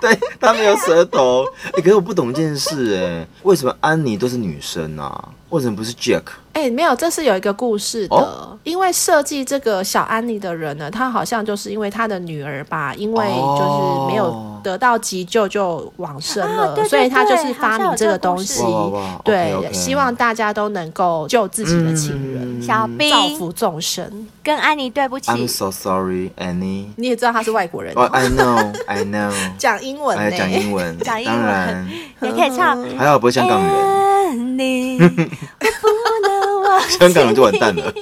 [SPEAKER 4] 对他没有舌头。哎、可是我不懂一件事、哎，为什么安妮都是女生啊？为什么不是 Jack？
[SPEAKER 2] 哎，没有，这是有一个故事的
[SPEAKER 4] 哦。
[SPEAKER 2] 因为设计这个小安妮的人呢，他好像就是因为他的女儿吧，因为就是没有
[SPEAKER 4] 哦
[SPEAKER 2] 得到急救就往生
[SPEAKER 3] 啊
[SPEAKER 2] 了
[SPEAKER 3] 对，对
[SPEAKER 2] 所以他就
[SPEAKER 3] 对
[SPEAKER 2] 是发明这个东西
[SPEAKER 4] 好像有这个故事哇哇哇。
[SPEAKER 2] 对
[SPEAKER 4] OK，OK，
[SPEAKER 2] 希望大家都能够救自己的亲人，
[SPEAKER 4] 嗯
[SPEAKER 3] 小
[SPEAKER 2] 造
[SPEAKER 3] 兵
[SPEAKER 2] 福众生。
[SPEAKER 3] 跟安妮对不起。
[SPEAKER 4] I'm so sorry, Annie.
[SPEAKER 2] 你也知道他是外国人哦、
[SPEAKER 4] 哦、I know, I know.
[SPEAKER 2] 讲英文
[SPEAKER 4] 还
[SPEAKER 2] 呢、
[SPEAKER 4] 有讲英文，
[SPEAKER 3] 讲英文
[SPEAKER 4] 当
[SPEAKER 3] 嗯哎
[SPEAKER 4] 然，
[SPEAKER 3] 也可以唱《
[SPEAKER 4] 还好不是香港人，
[SPEAKER 3] 安妮》，我不能忘 记
[SPEAKER 4] 香港人就完蛋了。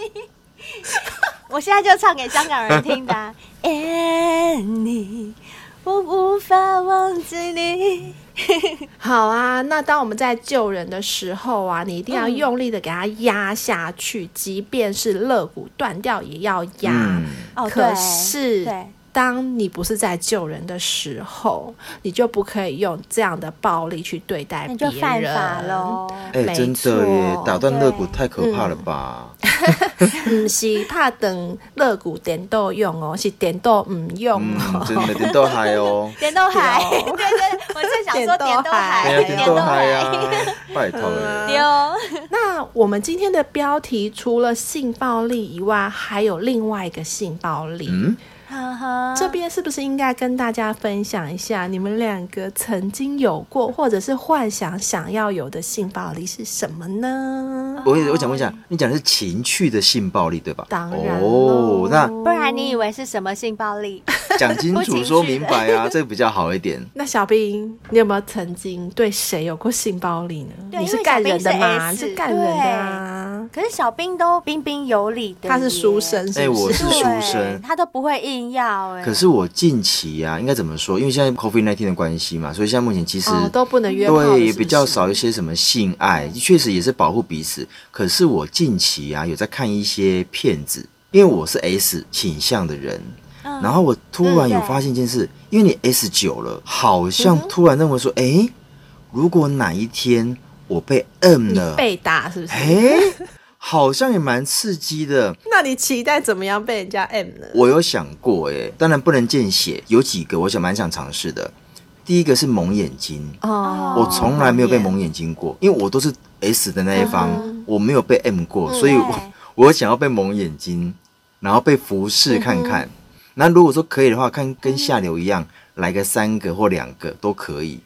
[SPEAKER 3] 我现在就唱给香港人听的、 啊。安妮，我无法忘记你。
[SPEAKER 2] 好啊，那当我们在救人的时候啊，你一定要用力的给它压下去，即便是肋骨断掉也要压。
[SPEAKER 4] 嗯，
[SPEAKER 3] 哦，对
[SPEAKER 2] 可，是
[SPEAKER 3] 对，
[SPEAKER 2] 当你不是在救人的时候，你就不可以用这样的暴力去对待
[SPEAKER 3] 那你
[SPEAKER 2] 别
[SPEAKER 3] 就犯法
[SPEAKER 2] 人。
[SPEAKER 3] 喽。
[SPEAKER 4] 哎、
[SPEAKER 2] 没
[SPEAKER 4] 真的耶
[SPEAKER 2] 错，
[SPEAKER 4] 打断肋骨
[SPEAKER 3] 对
[SPEAKER 4] 太可怕了吧？
[SPEAKER 2] 不是怕等肋骨点到用哦，是点到唔用
[SPEAKER 4] 嗯
[SPEAKER 2] 哦。，
[SPEAKER 4] 真的点到嗨哦，
[SPEAKER 3] 点豆海，
[SPEAKER 2] 对
[SPEAKER 3] 对 对，对我正想说点
[SPEAKER 2] 点
[SPEAKER 3] 豆
[SPEAKER 2] 豆
[SPEAKER 3] 海
[SPEAKER 2] 海，
[SPEAKER 4] 哎呀，点
[SPEAKER 3] 豆
[SPEAKER 4] 到嗨啊，拜托 了。
[SPEAKER 3] 丢。
[SPEAKER 2] 那我们今天的标题除了性暴力以外，还有另外一个性暴力。
[SPEAKER 4] 嗯，
[SPEAKER 3] 哈哈
[SPEAKER 2] 这边是不是应该跟大家分享一下，你们两个曾经有过，或者是幻想想要有的性暴力是什么呢？
[SPEAKER 4] 我也我想问一下，你讲的是情趣的性暴力对吧？
[SPEAKER 2] 当然
[SPEAKER 4] 哦
[SPEAKER 2] 咯，
[SPEAKER 4] 那
[SPEAKER 3] 不然你以为是什么性暴力？
[SPEAKER 4] 讲清
[SPEAKER 3] 不情
[SPEAKER 4] 楚、
[SPEAKER 3] 绪
[SPEAKER 4] 说明白 啊，这比较好一点。
[SPEAKER 2] 那小兵，你有没有曾经对谁有过性暴力呢？
[SPEAKER 3] 对
[SPEAKER 2] 你
[SPEAKER 3] 因
[SPEAKER 2] 是
[SPEAKER 3] 为
[SPEAKER 2] 干人的
[SPEAKER 3] 小兵是
[SPEAKER 2] 吗？
[SPEAKER 3] S，
[SPEAKER 2] 你是干人的啊。啊，
[SPEAKER 3] 可是小兵都彬彬有礼的，
[SPEAKER 2] 他是书，生，
[SPEAKER 4] 哎
[SPEAKER 2] 是不
[SPEAKER 4] 我
[SPEAKER 3] 对
[SPEAKER 4] 是书生
[SPEAKER 3] 他都不会硬要哎、
[SPEAKER 4] 可是我近期呀、应该怎么说？因为现在 COVID 1 9的关系嘛，所以现在目前其实、
[SPEAKER 2] 哦，都不能约炮了，
[SPEAKER 4] 对
[SPEAKER 2] 是不
[SPEAKER 4] 比较
[SPEAKER 2] 是
[SPEAKER 4] 少一些什么性爱，确实也是保护彼此。可是我近期啊有在看一些片子，因为我是 S 倾向的人，
[SPEAKER 3] 嗯
[SPEAKER 4] 然后我突然有
[SPEAKER 3] 嗯对
[SPEAKER 4] 发现一件事，因为你 S 久了，好
[SPEAKER 2] 嗯
[SPEAKER 4] 像突然认为说，诶，如果哪一天我被摁
[SPEAKER 2] 你
[SPEAKER 4] 了，
[SPEAKER 2] 被打是不是？
[SPEAKER 4] 诶，好像也蛮刺激的。
[SPEAKER 2] 那你期待怎么样被人家 M 呢？
[SPEAKER 4] 我有想过、诶，当然不能见血，有几个我想蛮想尝试的。第一个是蒙眼睛，
[SPEAKER 2] 哦
[SPEAKER 4] 我从来没有被蒙眼睛过，因为我都是 S 的那一方，我没有被 M 过，
[SPEAKER 3] 嗯
[SPEAKER 4] 所以
[SPEAKER 3] 对
[SPEAKER 4] 我 我想要被蒙眼睛，然后被服
[SPEAKER 3] 嗯
[SPEAKER 4] 侍看看。那如果说可以的话，看跟下流一样，来个三个或两个都可以，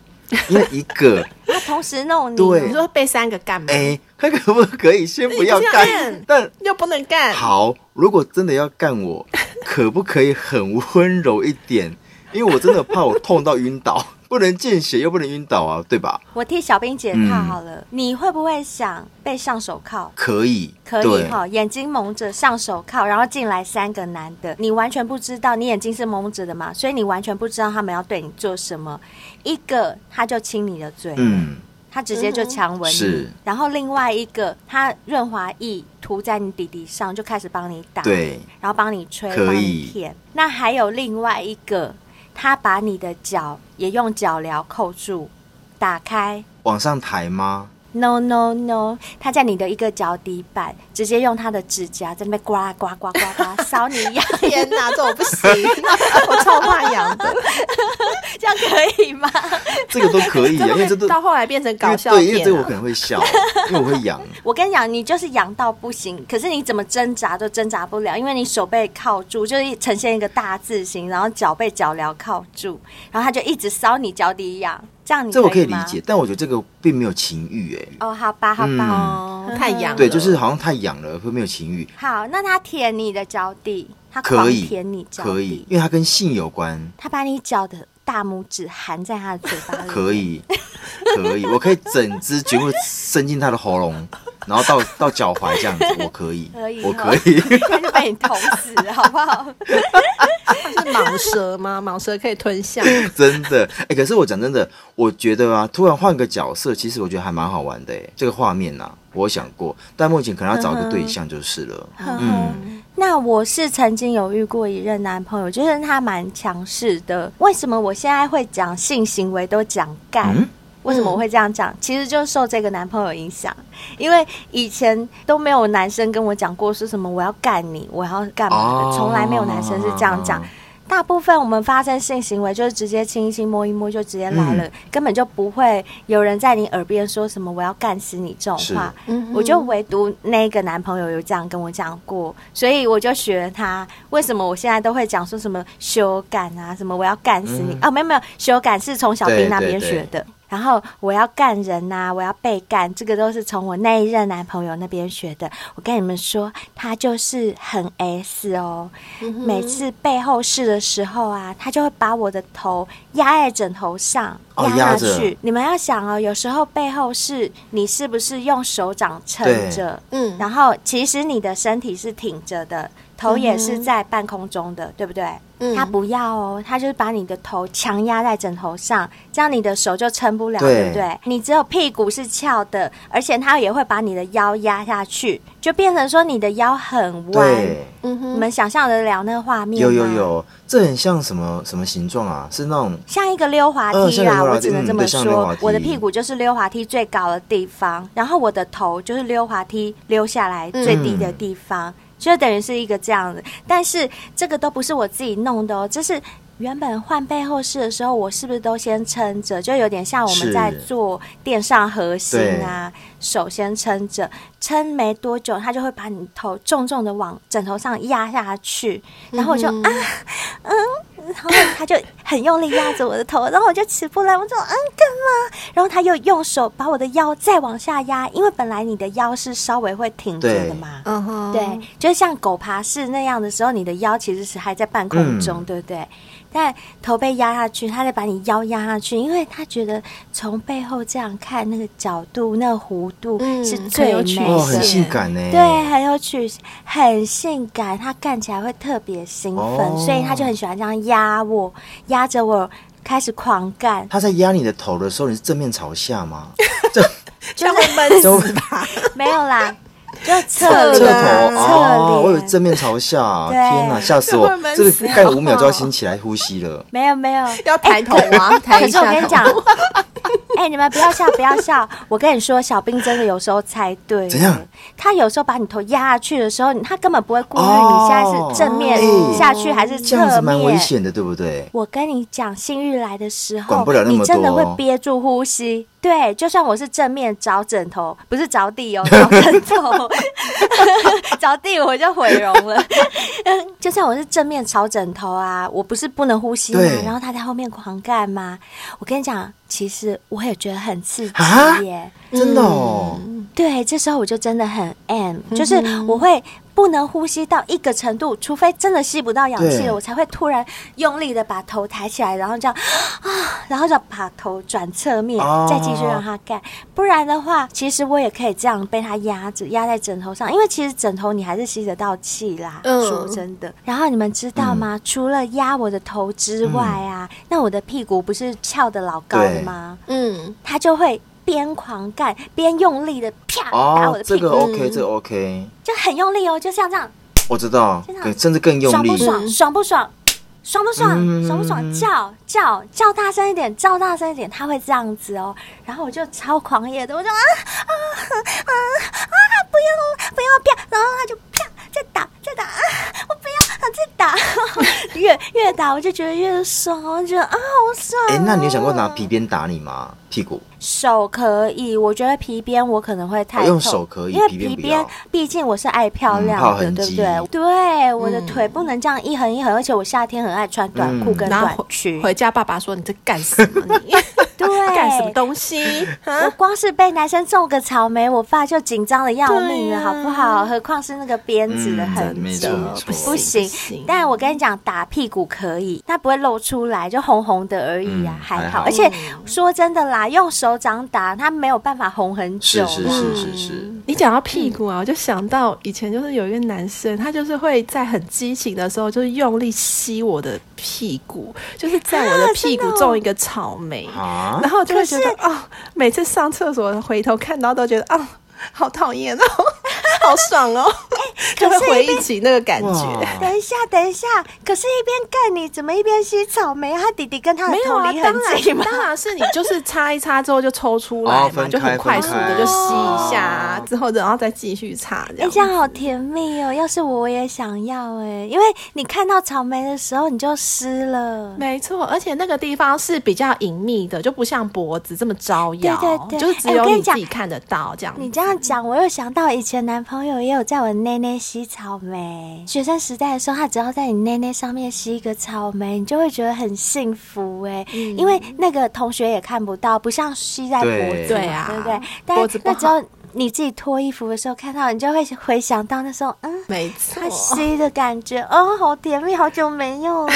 [SPEAKER 4] 因为一个
[SPEAKER 3] 他同时弄你，
[SPEAKER 4] 对
[SPEAKER 2] 你说被三个干嘛？
[SPEAKER 4] 哎，看看可不可以，先不要
[SPEAKER 2] 你不要
[SPEAKER 4] 干
[SPEAKER 2] 干。
[SPEAKER 4] 但
[SPEAKER 2] 又不能干，
[SPEAKER 4] 好，如果真的要干我，可不可以很温柔一点？因为我真的怕我痛到晕倒， 不能见血又不能晕倒啊，对吧？
[SPEAKER 3] 我替小兵解套
[SPEAKER 4] 嗯
[SPEAKER 3] 好了。你会不会想被上手铐？
[SPEAKER 4] 可以，
[SPEAKER 3] 可以
[SPEAKER 4] 对
[SPEAKER 3] 哈，眼睛蒙着上手铐，然后进来三个男的，你完全不知道，你眼睛是蒙着的嘛，所以你完全不知道他们要对你做什么。一个他就亲你的嘴，
[SPEAKER 4] 嗯。
[SPEAKER 3] 他直接就强吻你，
[SPEAKER 4] 是
[SPEAKER 3] 然后另外一个他润滑液涂在你底底上，就开始帮你打，
[SPEAKER 4] 对，
[SPEAKER 3] 然后帮你吹，
[SPEAKER 4] 可以
[SPEAKER 3] 帮你舔。那还有另外一个，他把你的脚也用脚镣扣住，打开。
[SPEAKER 4] 往上抬吗？
[SPEAKER 3] No no no！他在你的一个脚底板，直接用他的指甲在那边刮刮刮刮刮搔你痒，
[SPEAKER 2] 天哪，这我不行， 我超怕痒的。
[SPEAKER 3] 这样可以吗？
[SPEAKER 4] 这个都可 以啊，因为这都
[SPEAKER 2] 到后来变成搞笑
[SPEAKER 4] 因为对，因为
[SPEAKER 2] 片
[SPEAKER 4] 这个我
[SPEAKER 2] 啊
[SPEAKER 4] 可能会笑，因为我会痒。
[SPEAKER 3] 我跟你讲，你就是痒到不行，可是你怎么挣扎都挣扎不了，因为你手被铐住，就是呈现一个大字形，然后脚被脚镣铐住，然后他就一直搔你脚底痒，这样你
[SPEAKER 4] 这我可以理
[SPEAKER 3] 吗
[SPEAKER 4] 解，但我觉得这个并没有情欲哎、
[SPEAKER 3] 哦，好吧，好吧，
[SPEAKER 2] 哦太痒了
[SPEAKER 4] 对，就是好像太痒了，会没有情欲，
[SPEAKER 3] 好，那他舔你的脚底，他狂
[SPEAKER 4] 可以
[SPEAKER 3] 舔你，脚底，
[SPEAKER 4] 可以，因为它跟性有关，
[SPEAKER 3] 他把你脚的大拇指含在他的嘴巴里，
[SPEAKER 4] 可以，可以，我可以整只全部伸进它的喉咙，然后到到脚踝这样子，我可以，
[SPEAKER 3] 可以
[SPEAKER 4] 我
[SPEAKER 3] 哈
[SPEAKER 4] 可以，
[SPEAKER 3] 他就被你捅死，好不好？
[SPEAKER 2] 是蟒蛇吗？蟒蛇可以吞下。
[SPEAKER 3] 嗯
[SPEAKER 4] 真的，哎、可是我讲真的，我觉得啊，突然换个角色，其实我觉得还蛮好玩的、哎，这个画面呐、我有想过，但目前可能要找一个对象就是了。嗯，
[SPEAKER 3] 那我是曾经有遇过一任男朋友，就是他蛮强势的。为什么我现在会讲性行为都讲干？
[SPEAKER 4] 嗯
[SPEAKER 3] 为什么我会这样讲？其实就是受这个男朋友影响，因为以前都没有男生跟我讲过说什么我要干你，我要干嘛
[SPEAKER 4] 哦
[SPEAKER 3] 的，从、来没有男生是这样讲。大部分我们发生性行为就是直接亲一亲、摸一摸就直接来了，
[SPEAKER 4] 嗯
[SPEAKER 3] 根本就不会有人在你耳边说什么“我要干死你”这种话。嗯
[SPEAKER 4] 嗯
[SPEAKER 2] 嗯
[SPEAKER 3] 我就唯独那个男朋友有这样跟我讲过，所以我就学他。为什么我现在都会讲说什么修改啊，什么我要干死你、
[SPEAKER 4] 嗯
[SPEAKER 3] 啊？没有没有，修改是从小兵那边
[SPEAKER 4] 对对
[SPEAKER 3] 学的。然后我要干人呐、我要被干，这个都是从我那一任男朋友那边学的。我跟你们说，他就是很 S 哦，
[SPEAKER 4] 嗯
[SPEAKER 3] 每次背后事的时候啊，他就会把我的头压在枕头上，
[SPEAKER 4] 哦压
[SPEAKER 3] 压
[SPEAKER 4] 着
[SPEAKER 3] 下去。你们要想哦，有时候背后事，你是不是用手掌撑
[SPEAKER 4] 对
[SPEAKER 3] 着？
[SPEAKER 2] 嗯，
[SPEAKER 3] 然后其实你的身体是挺着的，头也是在半空中的，对不对？
[SPEAKER 2] 嗯
[SPEAKER 3] 他不要哦，他就是把你的头强压在枕头上，这样你的手就撑不了，
[SPEAKER 4] 对
[SPEAKER 3] 对不对？你只有屁股是翘的，而且他也会把你的腰压下去，就变成说你的腰很弯。
[SPEAKER 4] 对，
[SPEAKER 2] 嗯
[SPEAKER 3] 你
[SPEAKER 2] 哼，
[SPEAKER 3] 们想象得了那个画面
[SPEAKER 4] 有
[SPEAKER 3] 吗
[SPEAKER 4] 有，有，这很像什么什么形状啊？是那种
[SPEAKER 3] 像一个溜滑
[SPEAKER 4] 呃
[SPEAKER 3] 梯
[SPEAKER 4] 像溜
[SPEAKER 3] 啦，
[SPEAKER 4] 滑梯
[SPEAKER 3] 我只能这
[SPEAKER 4] 嗯
[SPEAKER 3] 么
[SPEAKER 4] 对像溜
[SPEAKER 3] 说
[SPEAKER 4] 滑。梯
[SPEAKER 3] 我的屁股就是溜滑梯最高的地方，然后我的头就是溜滑梯溜下来
[SPEAKER 4] 嗯
[SPEAKER 3] 最低的地方，就等于是一个这样子。但是这个都不是我自己弄的哦，这是。原本换背后式的时候，我是不是都先撑着？就有点像我
[SPEAKER 4] 是
[SPEAKER 3] 们在做垫上核心啊，手先撑着，撑没多久，他就会把你头重重的往枕头上压下去，然后我就、啊，嗯，然后他就很用力压着我的头，然后我就起不来，我说嗯，干嘛？然后他又用手把我的腰再往下压，因为本来你的腰是稍微会挺着
[SPEAKER 4] 对
[SPEAKER 3] 的嘛。
[SPEAKER 2] 嗯哼，
[SPEAKER 3] 对，，就是像狗爬式那样的时候，你的腰其实是还在半空中，
[SPEAKER 4] 嗯
[SPEAKER 3] 对不对？但头被压下去，他再把你腰压下去，因为他觉得从背后这样看，那个角度、那个弧度
[SPEAKER 2] 嗯
[SPEAKER 3] 是
[SPEAKER 2] 很
[SPEAKER 3] 最
[SPEAKER 2] 有
[SPEAKER 3] 美
[SPEAKER 2] 曲
[SPEAKER 3] 的。
[SPEAKER 4] 哦，
[SPEAKER 2] 线
[SPEAKER 4] 很性感呢。
[SPEAKER 3] 对，很有曲，很性感，他干起来会特别兴奋，
[SPEAKER 4] 哦
[SPEAKER 3] 所以他就很喜欢这样压我，压着我开始狂 干。
[SPEAKER 4] 他在压你的头的时候，你是正面朝下 吗？
[SPEAKER 2] 这样会闷
[SPEAKER 4] 就
[SPEAKER 2] 死吧？
[SPEAKER 3] 没有啦，就侧
[SPEAKER 2] 侧
[SPEAKER 4] 侧
[SPEAKER 3] 脸，
[SPEAKER 4] 头
[SPEAKER 2] 啊
[SPEAKER 4] 哦，我
[SPEAKER 3] 侧
[SPEAKER 4] 有
[SPEAKER 3] 脸，
[SPEAKER 4] 正面朝下，
[SPEAKER 3] 对
[SPEAKER 4] 天哪，吓死
[SPEAKER 2] 这
[SPEAKER 4] 我
[SPEAKER 2] 会！闷
[SPEAKER 4] 这
[SPEAKER 2] 死
[SPEAKER 4] 个盖
[SPEAKER 2] 哦
[SPEAKER 4] 五秒就要掀起来呼吸了。
[SPEAKER 3] 没有没有。
[SPEAKER 2] 要抬头啊，抬
[SPEAKER 3] 可
[SPEAKER 2] 一
[SPEAKER 3] 是我
[SPEAKER 2] 下
[SPEAKER 3] 跟你
[SPEAKER 2] 头。
[SPEAKER 3] 讲， 哎、你们不要笑，不要笑。我跟你说，小兵真的有时候猜对了。
[SPEAKER 4] 怎样
[SPEAKER 3] 他有时候把你头压下去的时候，他根本不会顾虑你现在是正面
[SPEAKER 4] 哦哎
[SPEAKER 3] 下去还是
[SPEAKER 4] 这
[SPEAKER 3] 侧
[SPEAKER 4] 样子蛮危
[SPEAKER 3] 面。
[SPEAKER 4] 险的，对不对？
[SPEAKER 3] 我跟你讲，性欲来的时候，
[SPEAKER 4] 管不了那么
[SPEAKER 3] 你真的
[SPEAKER 4] 多哦
[SPEAKER 3] 会憋住呼吸。对，就算我是正面找枕头，不是着 地哦，找枕头， 着地我就毁容了。 就算我是正面朝枕头啊，我不是不能呼吸嘛
[SPEAKER 4] 对，
[SPEAKER 3] 然后他在后面狂干嘛？我跟你讲，其实我也觉得很刺
[SPEAKER 4] 啊
[SPEAKER 3] 激耶。
[SPEAKER 4] 真的哦，
[SPEAKER 3] 对，这时候我就真的很
[SPEAKER 4] 嗯
[SPEAKER 3] M，、就是我会不能呼吸到一个程度，除非真的吸不到氧气
[SPEAKER 4] 对
[SPEAKER 3] 了，我才会突然用力的把头抬起来，然后这样 啊，然后就把头转侧面，
[SPEAKER 4] 哦
[SPEAKER 3] 再继续让它干。不然的话，其实我也可以这样被它压着，压在枕头上，因为其实枕头你还是吸得到气啦。
[SPEAKER 2] 嗯
[SPEAKER 3] 说真的。然后你们知道
[SPEAKER 4] 嗯
[SPEAKER 3] 吗？除了压我的头之外啊，那我的屁股不是翘的老高
[SPEAKER 4] 对
[SPEAKER 3] 的吗？
[SPEAKER 2] 嗯，
[SPEAKER 3] 他就会边狂干边用力的啪打
[SPEAKER 4] 哦
[SPEAKER 3] 我的，
[SPEAKER 4] 这
[SPEAKER 3] 屁股，
[SPEAKER 4] 个 OK，这个 OK，
[SPEAKER 3] 就很用力哦，就像这样，
[SPEAKER 4] 我知道
[SPEAKER 3] 真的，啊
[SPEAKER 4] 更甚至更用
[SPEAKER 3] 爽
[SPEAKER 4] 力
[SPEAKER 3] 不。爽？
[SPEAKER 2] 嗯
[SPEAKER 3] 爽不爽？爽不爽？
[SPEAKER 4] 嗯
[SPEAKER 3] 爽不爽？叫叫叫大声一点，叫大声一点，他会这样子哦。然后我就超狂野的，我就啊啊啊啊！不要不要啪！然后他就啪再打再打啊！我不要啊再打， 越越打我就觉得越爽，我就觉得啊好爽、
[SPEAKER 4] 哎，那你有想过拿皮鞭打你吗？屁股？
[SPEAKER 3] 手可以，我觉得皮鞭我可能会太
[SPEAKER 4] 哦
[SPEAKER 3] 痛、
[SPEAKER 4] 用手可以
[SPEAKER 3] 因为
[SPEAKER 4] 皮鞭
[SPEAKER 3] 皮
[SPEAKER 4] 不
[SPEAKER 3] 鞭
[SPEAKER 4] 要
[SPEAKER 3] 毕竟我是爱漂亮
[SPEAKER 4] 嗯怕
[SPEAKER 3] 的，
[SPEAKER 4] 痕
[SPEAKER 3] 对
[SPEAKER 4] 迹
[SPEAKER 3] 不对？对，我的
[SPEAKER 2] 嗯
[SPEAKER 3] 腿不能这样一横一横，而且我夏天很爱穿短裤
[SPEAKER 4] 嗯
[SPEAKER 3] 跟
[SPEAKER 2] 然
[SPEAKER 3] 短
[SPEAKER 2] 后回
[SPEAKER 3] 裙。
[SPEAKER 2] 回家，爸爸说你在干什么？你
[SPEAKER 3] 对，
[SPEAKER 2] 干什么东西？
[SPEAKER 3] 我光是被男生种个草莓，我爸就紧张的要命
[SPEAKER 2] 对
[SPEAKER 3] 了，
[SPEAKER 2] 啊
[SPEAKER 3] 好不好？何况是那个鞭子的
[SPEAKER 4] 嗯
[SPEAKER 3] 痕迹，
[SPEAKER 4] 没错没错
[SPEAKER 3] 不行
[SPEAKER 2] 不行。
[SPEAKER 3] 但我跟你讲，打屁股可以，它不会露出来，就红红的而已啊，
[SPEAKER 4] 嗯
[SPEAKER 3] 还
[SPEAKER 4] 还好
[SPEAKER 3] 好。而且说真的啦，用手掌打，它没有办法红很久
[SPEAKER 4] 是
[SPEAKER 3] 啦。
[SPEAKER 4] 是是是是，
[SPEAKER 3] 嗯
[SPEAKER 2] 你讲到屁股啊，我就想到以前就是有一个男生，他就是会在很激情的时候，就是用力吸我的屁股，就是在我的屁股种一个草莓，
[SPEAKER 4] 啊
[SPEAKER 2] 然后我就会觉得啊、每次上厕所回头看到都觉得啊、好讨厌 哦，好爽哦，
[SPEAKER 3] 哎
[SPEAKER 2] 就会回忆起那个感
[SPEAKER 4] 哇
[SPEAKER 2] 觉。！
[SPEAKER 3] 等一下，等一下，可是，一边干你怎么一边吸草莓？他弟弟跟他的
[SPEAKER 2] 没有
[SPEAKER 3] 头
[SPEAKER 2] 啊，
[SPEAKER 3] 离
[SPEAKER 2] 当
[SPEAKER 3] 很近
[SPEAKER 2] 然
[SPEAKER 3] 吗？
[SPEAKER 2] 当然是你就是擦一擦之后就抽出来
[SPEAKER 4] 哦
[SPEAKER 2] 嘛，
[SPEAKER 4] 分
[SPEAKER 2] 就很
[SPEAKER 4] 开
[SPEAKER 2] 快速
[SPEAKER 4] 分
[SPEAKER 2] 的
[SPEAKER 4] 开
[SPEAKER 2] 就吸一下啊
[SPEAKER 4] 哦，
[SPEAKER 2] 之后然后再继续擦这
[SPEAKER 3] 哎、
[SPEAKER 2] 样。
[SPEAKER 3] 这样好甜蜜哦！要是我，我也想要哎、因为你看到草莓的时候，你就湿了。
[SPEAKER 2] 没错，而且那个地方是比较隐秘的，就不像脖子这么招摇，
[SPEAKER 3] 对对对
[SPEAKER 2] 就是只
[SPEAKER 3] 哎我
[SPEAKER 2] 有
[SPEAKER 3] 跟你
[SPEAKER 2] 你自己
[SPEAKER 3] 讲
[SPEAKER 2] 看得到这样子。
[SPEAKER 3] 你这样讲，我又想到以前男朋友也有在我内内吸草莓。学生时代的时候，他只要在你内内上面吸一个草莓，你就会觉得很幸福哎、
[SPEAKER 2] 嗯
[SPEAKER 3] 因为那个同学也看不到，不像吸在脖子嘛，
[SPEAKER 4] 对
[SPEAKER 2] 对啊
[SPEAKER 3] 对不对？但
[SPEAKER 2] 脖子
[SPEAKER 3] 是
[SPEAKER 2] 不
[SPEAKER 3] 那
[SPEAKER 2] 好
[SPEAKER 3] 只要你自己脱衣服的时候看到，你就会回想到那时候，嗯，
[SPEAKER 2] 没错
[SPEAKER 3] 他，吸的感觉，哦，好甜蜜，好久没 有了。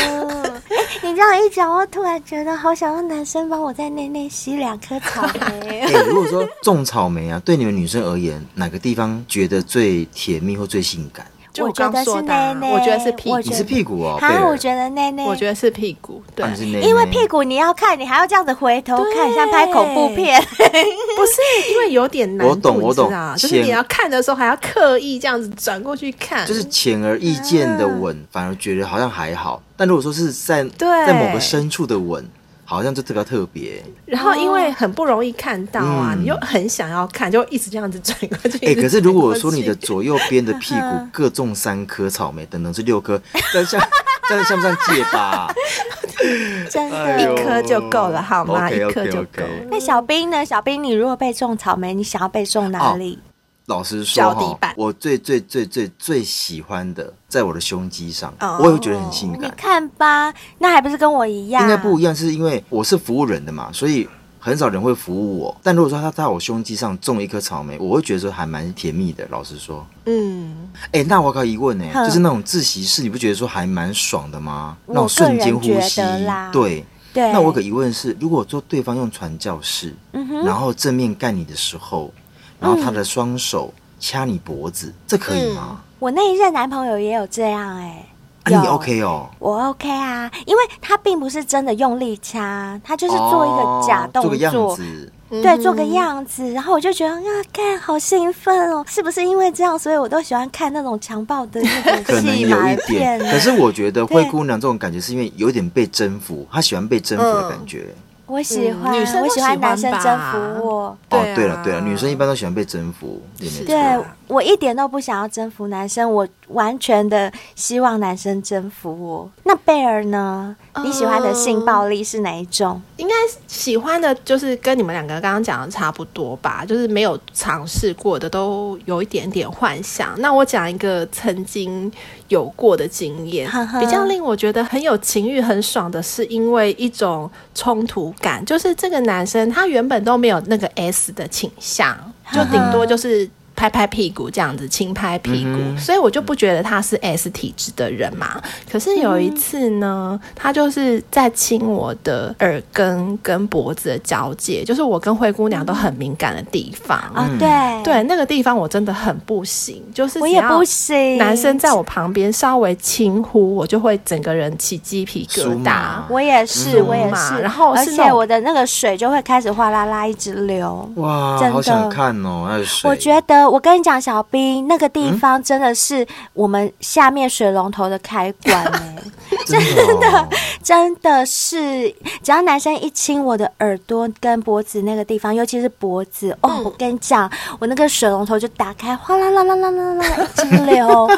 [SPEAKER 3] 哎你这样一讲，我突然觉得好想让男生帮我在内内吸两颗草莓。
[SPEAKER 4] 哎，如果说种草莓啊，对你们女生而言，哪个地方觉得最甜蜜或最性感？
[SPEAKER 2] 就
[SPEAKER 3] 我
[SPEAKER 2] 我刚
[SPEAKER 3] 觉
[SPEAKER 2] 刚
[SPEAKER 3] 得是
[SPEAKER 2] 说的啊，
[SPEAKER 3] 内内
[SPEAKER 2] 我觉得是屁
[SPEAKER 3] 我
[SPEAKER 2] 股
[SPEAKER 4] 你
[SPEAKER 3] 觉得，
[SPEAKER 4] 是屁股哦，贝
[SPEAKER 3] 啊，
[SPEAKER 4] 尔
[SPEAKER 3] 我觉得内内，
[SPEAKER 2] 我觉得是屁股，对
[SPEAKER 4] 啊，你是内内，
[SPEAKER 3] 因为屁股你要看，你还要这样子回头看，
[SPEAKER 2] 对
[SPEAKER 3] 像拍恐怖片。
[SPEAKER 2] 不是因为有点难
[SPEAKER 4] 我懂
[SPEAKER 2] 度
[SPEAKER 4] 我懂
[SPEAKER 2] 你知道就是你
[SPEAKER 4] 先
[SPEAKER 2] 要看的时候还要刻意这样子转过去看，
[SPEAKER 4] 就是显而易见的吻，反而觉得好像还好。但如果说是在在某个深处的吻，好像就特别特别。
[SPEAKER 2] 然后因为很不容易看到啊，
[SPEAKER 4] 嗯
[SPEAKER 2] 你又很想要看，就一直这样子转过去。
[SPEAKER 4] 哎、
[SPEAKER 2] 一直
[SPEAKER 4] 可是如果
[SPEAKER 2] 转过
[SPEAKER 4] 说你
[SPEAKER 2] 去
[SPEAKER 4] 的左右边的屁
[SPEAKER 2] 嗯
[SPEAKER 4] 股各种三颗草莓，等等是六颗，这 像这样像不像戒疤？
[SPEAKER 3] 真
[SPEAKER 4] 哎呦
[SPEAKER 3] 的。
[SPEAKER 2] 一颗就够了好吗
[SPEAKER 4] OK，OK，OK
[SPEAKER 2] 一颗就够了
[SPEAKER 3] 那小兵呢？小兵，你如果被种草莓，你想要被种哪里？
[SPEAKER 4] 哦老实说
[SPEAKER 2] 脚底
[SPEAKER 4] 哈
[SPEAKER 2] 板，
[SPEAKER 4] 我最最最最最喜欢的，在我的胸肌上，
[SPEAKER 2] 哦
[SPEAKER 4] 我也会觉得很性
[SPEAKER 3] 你
[SPEAKER 4] 感。
[SPEAKER 3] 看吧，那还不是跟我一样？
[SPEAKER 4] 应
[SPEAKER 3] 啊
[SPEAKER 4] 该不一样，是因为我是服务人的嘛，所以很少人会服务我。但如果说他在我胸肌上种一颗草莓，我会觉得说还蛮甜蜜的。老实说，
[SPEAKER 2] 嗯，
[SPEAKER 4] 哎、那我有个疑问呢、
[SPEAKER 3] 哼
[SPEAKER 4] 就是那种自习室，你不觉得说还蛮爽的吗？
[SPEAKER 3] 我
[SPEAKER 4] 那种瞬间呼
[SPEAKER 3] 个人
[SPEAKER 4] 吸
[SPEAKER 3] 觉得啦，
[SPEAKER 4] 对。
[SPEAKER 3] 对，
[SPEAKER 4] 那我有个疑问是，如果说对方用传教士，
[SPEAKER 3] 嗯哼
[SPEAKER 4] 然后正面干你的时候，然后他的双手掐你脖子，这可以吗？
[SPEAKER 3] 我那一任男朋友也有这样哎、
[SPEAKER 4] 啊，你 OK 哦？
[SPEAKER 3] 我 OK 啊，因为他并不是真的用力掐，他就是做一个假
[SPEAKER 4] 哦
[SPEAKER 3] 动
[SPEAKER 4] 做个样
[SPEAKER 3] 作，
[SPEAKER 4] 子。
[SPEAKER 3] 对，做个
[SPEAKER 4] 嗯
[SPEAKER 3] 样子，然后我就觉得啊，看好兴奋哦！是不是因为这样，所以我都喜欢看那种强暴的那
[SPEAKER 4] 可
[SPEAKER 3] 种
[SPEAKER 4] 能
[SPEAKER 3] 戏
[SPEAKER 4] 有
[SPEAKER 3] 码
[SPEAKER 4] 一点
[SPEAKER 3] 片，啊
[SPEAKER 4] 可是我觉得
[SPEAKER 3] 对
[SPEAKER 4] 灰姑娘这种感觉是因为有点被征服，她喜欢被征服的
[SPEAKER 3] 嗯
[SPEAKER 4] 感觉。
[SPEAKER 3] 我喜欢，
[SPEAKER 2] 嗯女生
[SPEAKER 3] 我
[SPEAKER 2] 都
[SPEAKER 3] 喜
[SPEAKER 2] 喜
[SPEAKER 3] 欢
[SPEAKER 2] 欢吧
[SPEAKER 3] 男生征服我。
[SPEAKER 4] 哦，对
[SPEAKER 2] 对啊
[SPEAKER 4] 了对了，女生一般都喜欢被征服，也没
[SPEAKER 2] 是
[SPEAKER 4] 错
[SPEAKER 3] 对
[SPEAKER 4] 啊。
[SPEAKER 3] 我一点都不想要征服男生，我完全的希望男生征服我。那贝尔呢？
[SPEAKER 2] 呃
[SPEAKER 3] 你喜欢的性暴力是哪一种？
[SPEAKER 2] 应该喜欢的就是跟你们两个刚刚讲的差不多吧，就是没有尝试过的都有一点点幻想。那我讲一个曾经有过的经验
[SPEAKER 3] 哈哈，
[SPEAKER 2] 比较令我觉得很有情欲、很爽的，是因为一种冲突感，就是这个男生他原本都没有那个 S 的倾向，就顶多就是。拍拍屁股这样子，轻拍屁股，所以我就不觉得他是 S 体质的人嘛。可是有
[SPEAKER 3] 嗯
[SPEAKER 2] 一次呢，他就是在亲我的耳根跟脖子的交界，就是我跟灰姑娘都
[SPEAKER 3] 嗯
[SPEAKER 2] 很敏感的地方。
[SPEAKER 3] 啊、
[SPEAKER 4] 嗯
[SPEAKER 3] 对
[SPEAKER 2] 对，那个地方我真的很不行，就是
[SPEAKER 3] 我
[SPEAKER 2] 只
[SPEAKER 3] 也
[SPEAKER 2] 要
[SPEAKER 3] 不行。
[SPEAKER 2] 男生在我旁边稍微轻呼，我就会整个人起鸡皮
[SPEAKER 4] 酥
[SPEAKER 2] 疙瘩
[SPEAKER 4] 麻。
[SPEAKER 3] 我也是，
[SPEAKER 2] 嗯
[SPEAKER 3] 我也
[SPEAKER 2] 嘛
[SPEAKER 3] 是，
[SPEAKER 2] 然后
[SPEAKER 3] 而
[SPEAKER 2] 是那
[SPEAKER 3] 且
[SPEAKER 2] 种
[SPEAKER 3] 我的那个水就会开始哗啦啦一直流。
[SPEAKER 4] 哇
[SPEAKER 3] 真，的
[SPEAKER 4] 好想看哦，那个水。
[SPEAKER 3] 我觉得，我跟你讲，小兵那个地方真的是我们下面水龙头的开关、 欸，
[SPEAKER 4] 真的哦，
[SPEAKER 3] 真的是，只要男生一亲我的耳朵跟脖子那个地方，尤其是脖子，哦，
[SPEAKER 2] 嗯
[SPEAKER 3] 我跟你讲，我那个水龙头就打开，哗啦啦啦啦啦啦一直 流，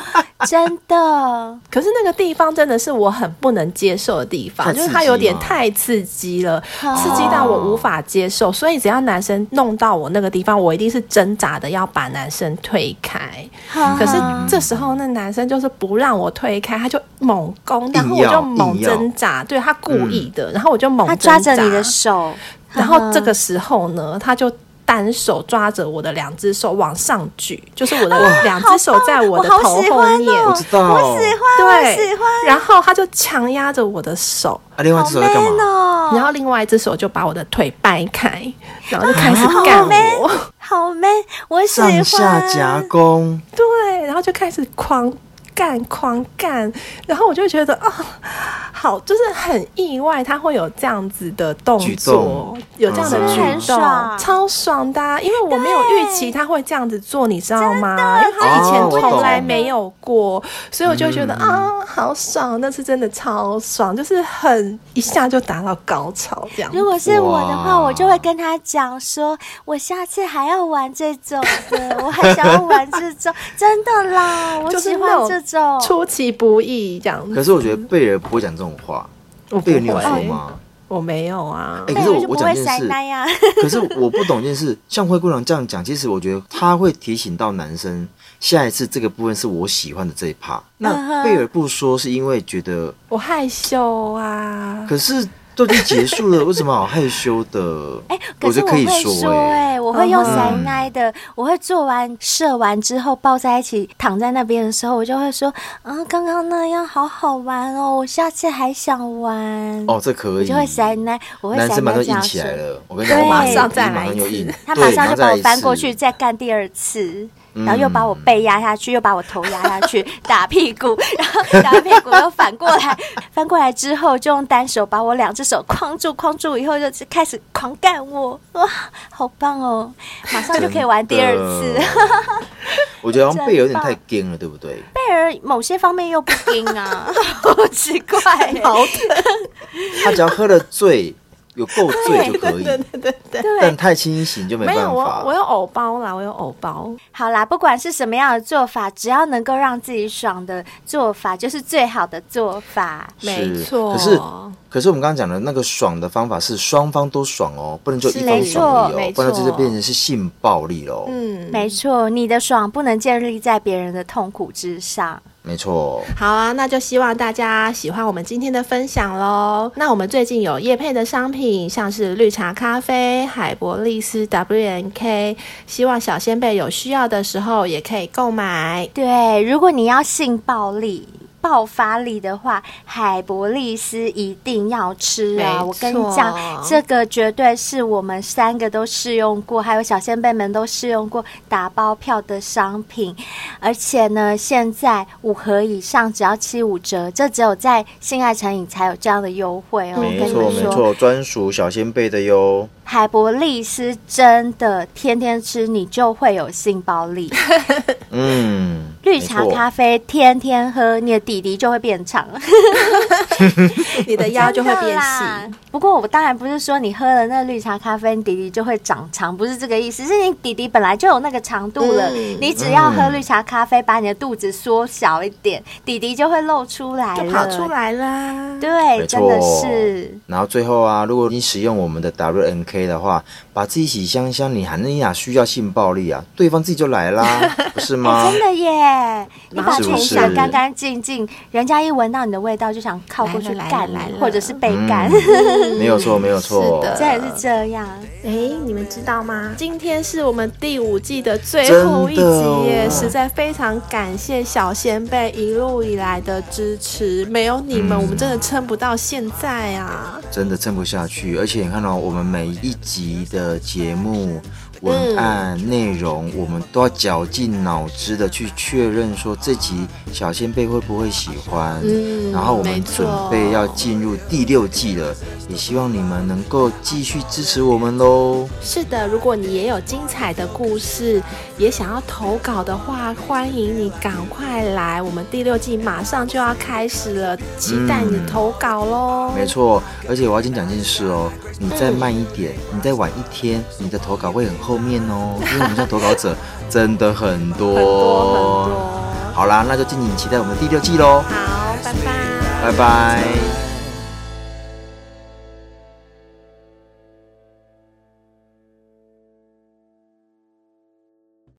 [SPEAKER 3] 真的。
[SPEAKER 2] 可是那个地方真的是我很不能接受的地
[SPEAKER 4] 太
[SPEAKER 2] 方，
[SPEAKER 4] 刺
[SPEAKER 2] 就
[SPEAKER 4] 激
[SPEAKER 2] 是它有点
[SPEAKER 4] 吗
[SPEAKER 2] 太刺激了，
[SPEAKER 3] 哦
[SPEAKER 2] 刺激到我无法接受。所以只要男生弄到我那个地方，我一定是挣扎的要把男生推开。可是这时候那男生就是不让我推开，他就猛攻，然后我就猛挣扎，对他故意的，然后我就猛
[SPEAKER 3] 他
[SPEAKER 2] 挣扎
[SPEAKER 3] 抓着你的手，
[SPEAKER 2] 然后这个
[SPEAKER 3] 嗯
[SPEAKER 2] 时候呢，他就。单手抓着我的两只手往上举，就是我的两只手在我的
[SPEAKER 3] 好
[SPEAKER 2] 头
[SPEAKER 3] 喜
[SPEAKER 2] 后
[SPEAKER 3] 欢
[SPEAKER 2] 面，
[SPEAKER 4] 我
[SPEAKER 3] 哦
[SPEAKER 4] 知道
[SPEAKER 3] 我。喜欢，我
[SPEAKER 2] 对，
[SPEAKER 3] 喜欢，
[SPEAKER 2] 然后他就强压着我的手，
[SPEAKER 4] 啊，另外一
[SPEAKER 3] 好
[SPEAKER 4] 只手在干
[SPEAKER 3] man
[SPEAKER 4] 嘛？
[SPEAKER 3] 哦，
[SPEAKER 2] 然后另外一只手就把我的腿掰开，然后就开始
[SPEAKER 3] 啊好
[SPEAKER 2] 干
[SPEAKER 3] man
[SPEAKER 2] 我，
[SPEAKER 3] 好 man，我喜欢
[SPEAKER 4] 上下夹攻，
[SPEAKER 2] 对，然后就开始狂干狂干，然后我就觉得啊、好，就是很意外他会有这样子的动
[SPEAKER 4] 举
[SPEAKER 2] 作
[SPEAKER 4] 动，
[SPEAKER 2] 有这样的
[SPEAKER 4] 嗯
[SPEAKER 2] 举
[SPEAKER 3] 很
[SPEAKER 2] 动，
[SPEAKER 3] 爽
[SPEAKER 2] 超爽的啊、因为我没有预期他会这样子做，你知道吗？因为他以
[SPEAKER 4] 哦
[SPEAKER 2] 前
[SPEAKER 4] 我
[SPEAKER 2] 从来
[SPEAKER 4] 懂嗯
[SPEAKER 2] 没有过，所以我就觉得、啊，好爽，那次真的超爽，就是很一下就达到高潮这样子。
[SPEAKER 3] 如果是我的
[SPEAKER 4] 哇
[SPEAKER 3] 话，我就会跟他讲说，我下次还要玩这种的，我还想要玩这种，真的 啦，我
[SPEAKER 2] 就是
[SPEAKER 3] 喜
[SPEAKER 2] 那
[SPEAKER 3] 欢这种。
[SPEAKER 2] 出其不意这样子。
[SPEAKER 4] 可是我觉得贝尔不会讲这种话。
[SPEAKER 2] 我不
[SPEAKER 4] 贝尔，
[SPEAKER 2] 会
[SPEAKER 4] 你有说
[SPEAKER 3] 哦
[SPEAKER 4] 吗？
[SPEAKER 2] 我没有啊。
[SPEAKER 4] 哎，可
[SPEAKER 3] 但
[SPEAKER 4] 是我
[SPEAKER 3] 就
[SPEAKER 4] 我
[SPEAKER 3] 不
[SPEAKER 4] 讲
[SPEAKER 3] 会
[SPEAKER 4] 一
[SPEAKER 3] 塞
[SPEAKER 4] 件事，
[SPEAKER 3] 奶呀，
[SPEAKER 4] 可是我不懂一件事，像灰姑娘这样讲，其实我觉得她会提醒到男生，下一次这个部分是我喜欢的这一趴。
[SPEAKER 3] 嗯
[SPEAKER 4] 那
[SPEAKER 3] 哼
[SPEAKER 4] 贝尔不说是因为觉得，
[SPEAKER 2] 我害羞啊。
[SPEAKER 4] 可是都已经结束了，为什么好害羞的？
[SPEAKER 3] 哎，可是
[SPEAKER 4] 我
[SPEAKER 3] 我
[SPEAKER 4] 可以
[SPEAKER 3] 会
[SPEAKER 4] 说
[SPEAKER 3] 说，
[SPEAKER 4] 哎、
[SPEAKER 3] 哎，我会用
[SPEAKER 2] 嗯
[SPEAKER 3] 塞奶的，我会做完射完之后抱在一起躺在那边的时候，我就会说，啊，刚刚那样好好玩哦，我下次还想玩。
[SPEAKER 4] 哦，这可
[SPEAKER 3] 我
[SPEAKER 4] 以，
[SPEAKER 3] 就会塞奶，我会
[SPEAKER 4] 男
[SPEAKER 3] 塞
[SPEAKER 4] 生
[SPEAKER 3] 奶
[SPEAKER 4] 马
[SPEAKER 3] 这
[SPEAKER 4] 上
[SPEAKER 3] 样
[SPEAKER 4] 硬起
[SPEAKER 3] 说
[SPEAKER 4] 来。了，我跟你讲，
[SPEAKER 3] 对
[SPEAKER 4] 我马上
[SPEAKER 3] 马
[SPEAKER 2] 上再来
[SPEAKER 4] 马上又
[SPEAKER 2] 一次
[SPEAKER 4] 硬，
[SPEAKER 3] 他马
[SPEAKER 4] 对
[SPEAKER 3] 上
[SPEAKER 4] 然
[SPEAKER 3] 就
[SPEAKER 4] 后
[SPEAKER 3] 把
[SPEAKER 4] 再
[SPEAKER 3] 我
[SPEAKER 4] 来一
[SPEAKER 3] 翻过
[SPEAKER 4] 次嗯
[SPEAKER 3] 去，再干第二次，然后又把我背压下去，又把我头压下 去，打屁股，然后打完屁股又反过来， 翻过来之后就用单手把我两只手框住，框住以后就开始狂干我，哇，好棒哦！马上就可以玩第二次
[SPEAKER 4] 真。的。我觉得好像贝尔有点
[SPEAKER 3] 真棒
[SPEAKER 4] 太硬了，对不对？
[SPEAKER 3] 贝尔某些方面又不精啊， 好奇怪、 欸，
[SPEAKER 2] 好，
[SPEAKER 4] 他只要喝了醉，有够醉就可以，但
[SPEAKER 3] 对，
[SPEAKER 4] 太清醒就没
[SPEAKER 2] 没
[SPEAKER 4] 办
[SPEAKER 2] 有我，我
[SPEAKER 4] 法。
[SPEAKER 2] 有偶包啦，我有偶包。
[SPEAKER 3] 好啦，不管是什么样的做法，只要能够让自己爽的做法，就是最好的做法。
[SPEAKER 4] 是
[SPEAKER 2] 没错
[SPEAKER 4] 可是可是我们刚刚讲的那个爽的方法是双方都爽哦，不能就一
[SPEAKER 3] 是
[SPEAKER 4] 方
[SPEAKER 3] 没
[SPEAKER 4] 爽
[SPEAKER 2] 错
[SPEAKER 4] 而已哦
[SPEAKER 2] 没，
[SPEAKER 4] 不然这就
[SPEAKER 2] 错
[SPEAKER 4] 变成是性暴力喽。
[SPEAKER 2] 嗯，
[SPEAKER 3] 没错，你的爽不能建立在别人的痛苦之上。
[SPEAKER 4] 没错，
[SPEAKER 2] 好啊，那就希望大家喜欢我们今天的分享喽。那我们最近有叶配的商品，像是绿茶咖啡、海博利斯 W N K，希望小先辈有需要的时候也可以购买。
[SPEAKER 3] 对，如果你要性暴力。爆发力的话，海博利斯一定要吃
[SPEAKER 2] 没
[SPEAKER 3] 啊！
[SPEAKER 2] 错
[SPEAKER 3] 我跟你讲，这个绝对是我们三个都试用过，还有小先辈们都试用过打包票的商品。而且呢，现在五盒以上只要七五折，这只有在性爱成瘾才有这样的优惠哦。我
[SPEAKER 4] 没
[SPEAKER 3] 跟你
[SPEAKER 4] 错，
[SPEAKER 3] 们
[SPEAKER 4] 没
[SPEAKER 3] 说，
[SPEAKER 4] 错，专属小先贝的哟。
[SPEAKER 3] 海博利斯真的天天吃，你就会有性暴 力。
[SPEAKER 4] 嗯，
[SPEAKER 3] 绿茶
[SPEAKER 4] 没错
[SPEAKER 3] 咖啡天天喝，你的底底就会变长，
[SPEAKER 2] 你 的 腰就会
[SPEAKER 3] 真的
[SPEAKER 2] 变
[SPEAKER 3] 啦
[SPEAKER 2] 细。。
[SPEAKER 3] 不过我当然不是说你喝了那绿茶咖啡，你底底就会长长，不是这个意思，是你底底本来就有那个长度了，
[SPEAKER 2] 嗯
[SPEAKER 3] 你只要喝绿茶咖啡，把你的肚子缩小一点，底底就会露出来
[SPEAKER 2] 就
[SPEAKER 3] 了，
[SPEAKER 2] 跑出。来啦！
[SPEAKER 3] 对，
[SPEAKER 4] 没
[SPEAKER 3] 哎真的
[SPEAKER 4] 错
[SPEAKER 3] 是。
[SPEAKER 4] 然后最后啊，如果你使用我们的 WNK 的话，把自己洗香香，你还你哪需要性暴力啊？对方自己就来啦，不是
[SPEAKER 3] 哎
[SPEAKER 4] 吗
[SPEAKER 3] 真？的耶！你把
[SPEAKER 2] 是
[SPEAKER 4] 不
[SPEAKER 3] 床
[SPEAKER 4] 是
[SPEAKER 3] 想干干净净，人家一闻到你的味道就想靠过去
[SPEAKER 2] 来了
[SPEAKER 3] 干
[SPEAKER 2] 来了嗯
[SPEAKER 3] 你
[SPEAKER 2] 来，了
[SPEAKER 3] 或者是被干，
[SPEAKER 4] 没有错，没有错
[SPEAKER 2] 是，的
[SPEAKER 3] 真的是这样。
[SPEAKER 2] 哎，你们知道吗？今天是我们第五季的最后一
[SPEAKER 4] 真的哦
[SPEAKER 2] 集耶，实在非常感谢小先辈一路以来的支持，没有你们，
[SPEAKER 4] 嗯
[SPEAKER 2] 我们真的撑不到现在啊！
[SPEAKER 4] 真的撑不下去。而且你看到、我们每一集的节目文案、内容，我们都要绞尽脑汁的去确认说这集小先辈会不会喜欢。
[SPEAKER 2] 嗯
[SPEAKER 4] 然后我
[SPEAKER 2] 没
[SPEAKER 4] 们
[SPEAKER 2] 错
[SPEAKER 4] 准备要进入第六季了，也希望你们能够继续支持我们喽。
[SPEAKER 2] 是的，如果你也有精彩的故事，也想要投稿的话，欢迎你赶快来，我们第六季马上就要开始了，期待你的投稿喽！
[SPEAKER 4] 没错，而且我要先讲件事哦，你再慢一点，你再晚一天，你的投稿会很后面哦，因为我们现在投稿者真的很多。
[SPEAKER 2] 很多很多，
[SPEAKER 4] 好啦，那就敬请期待我们的第六季喽，
[SPEAKER 2] 好，拜拜。
[SPEAKER 4] 拜拜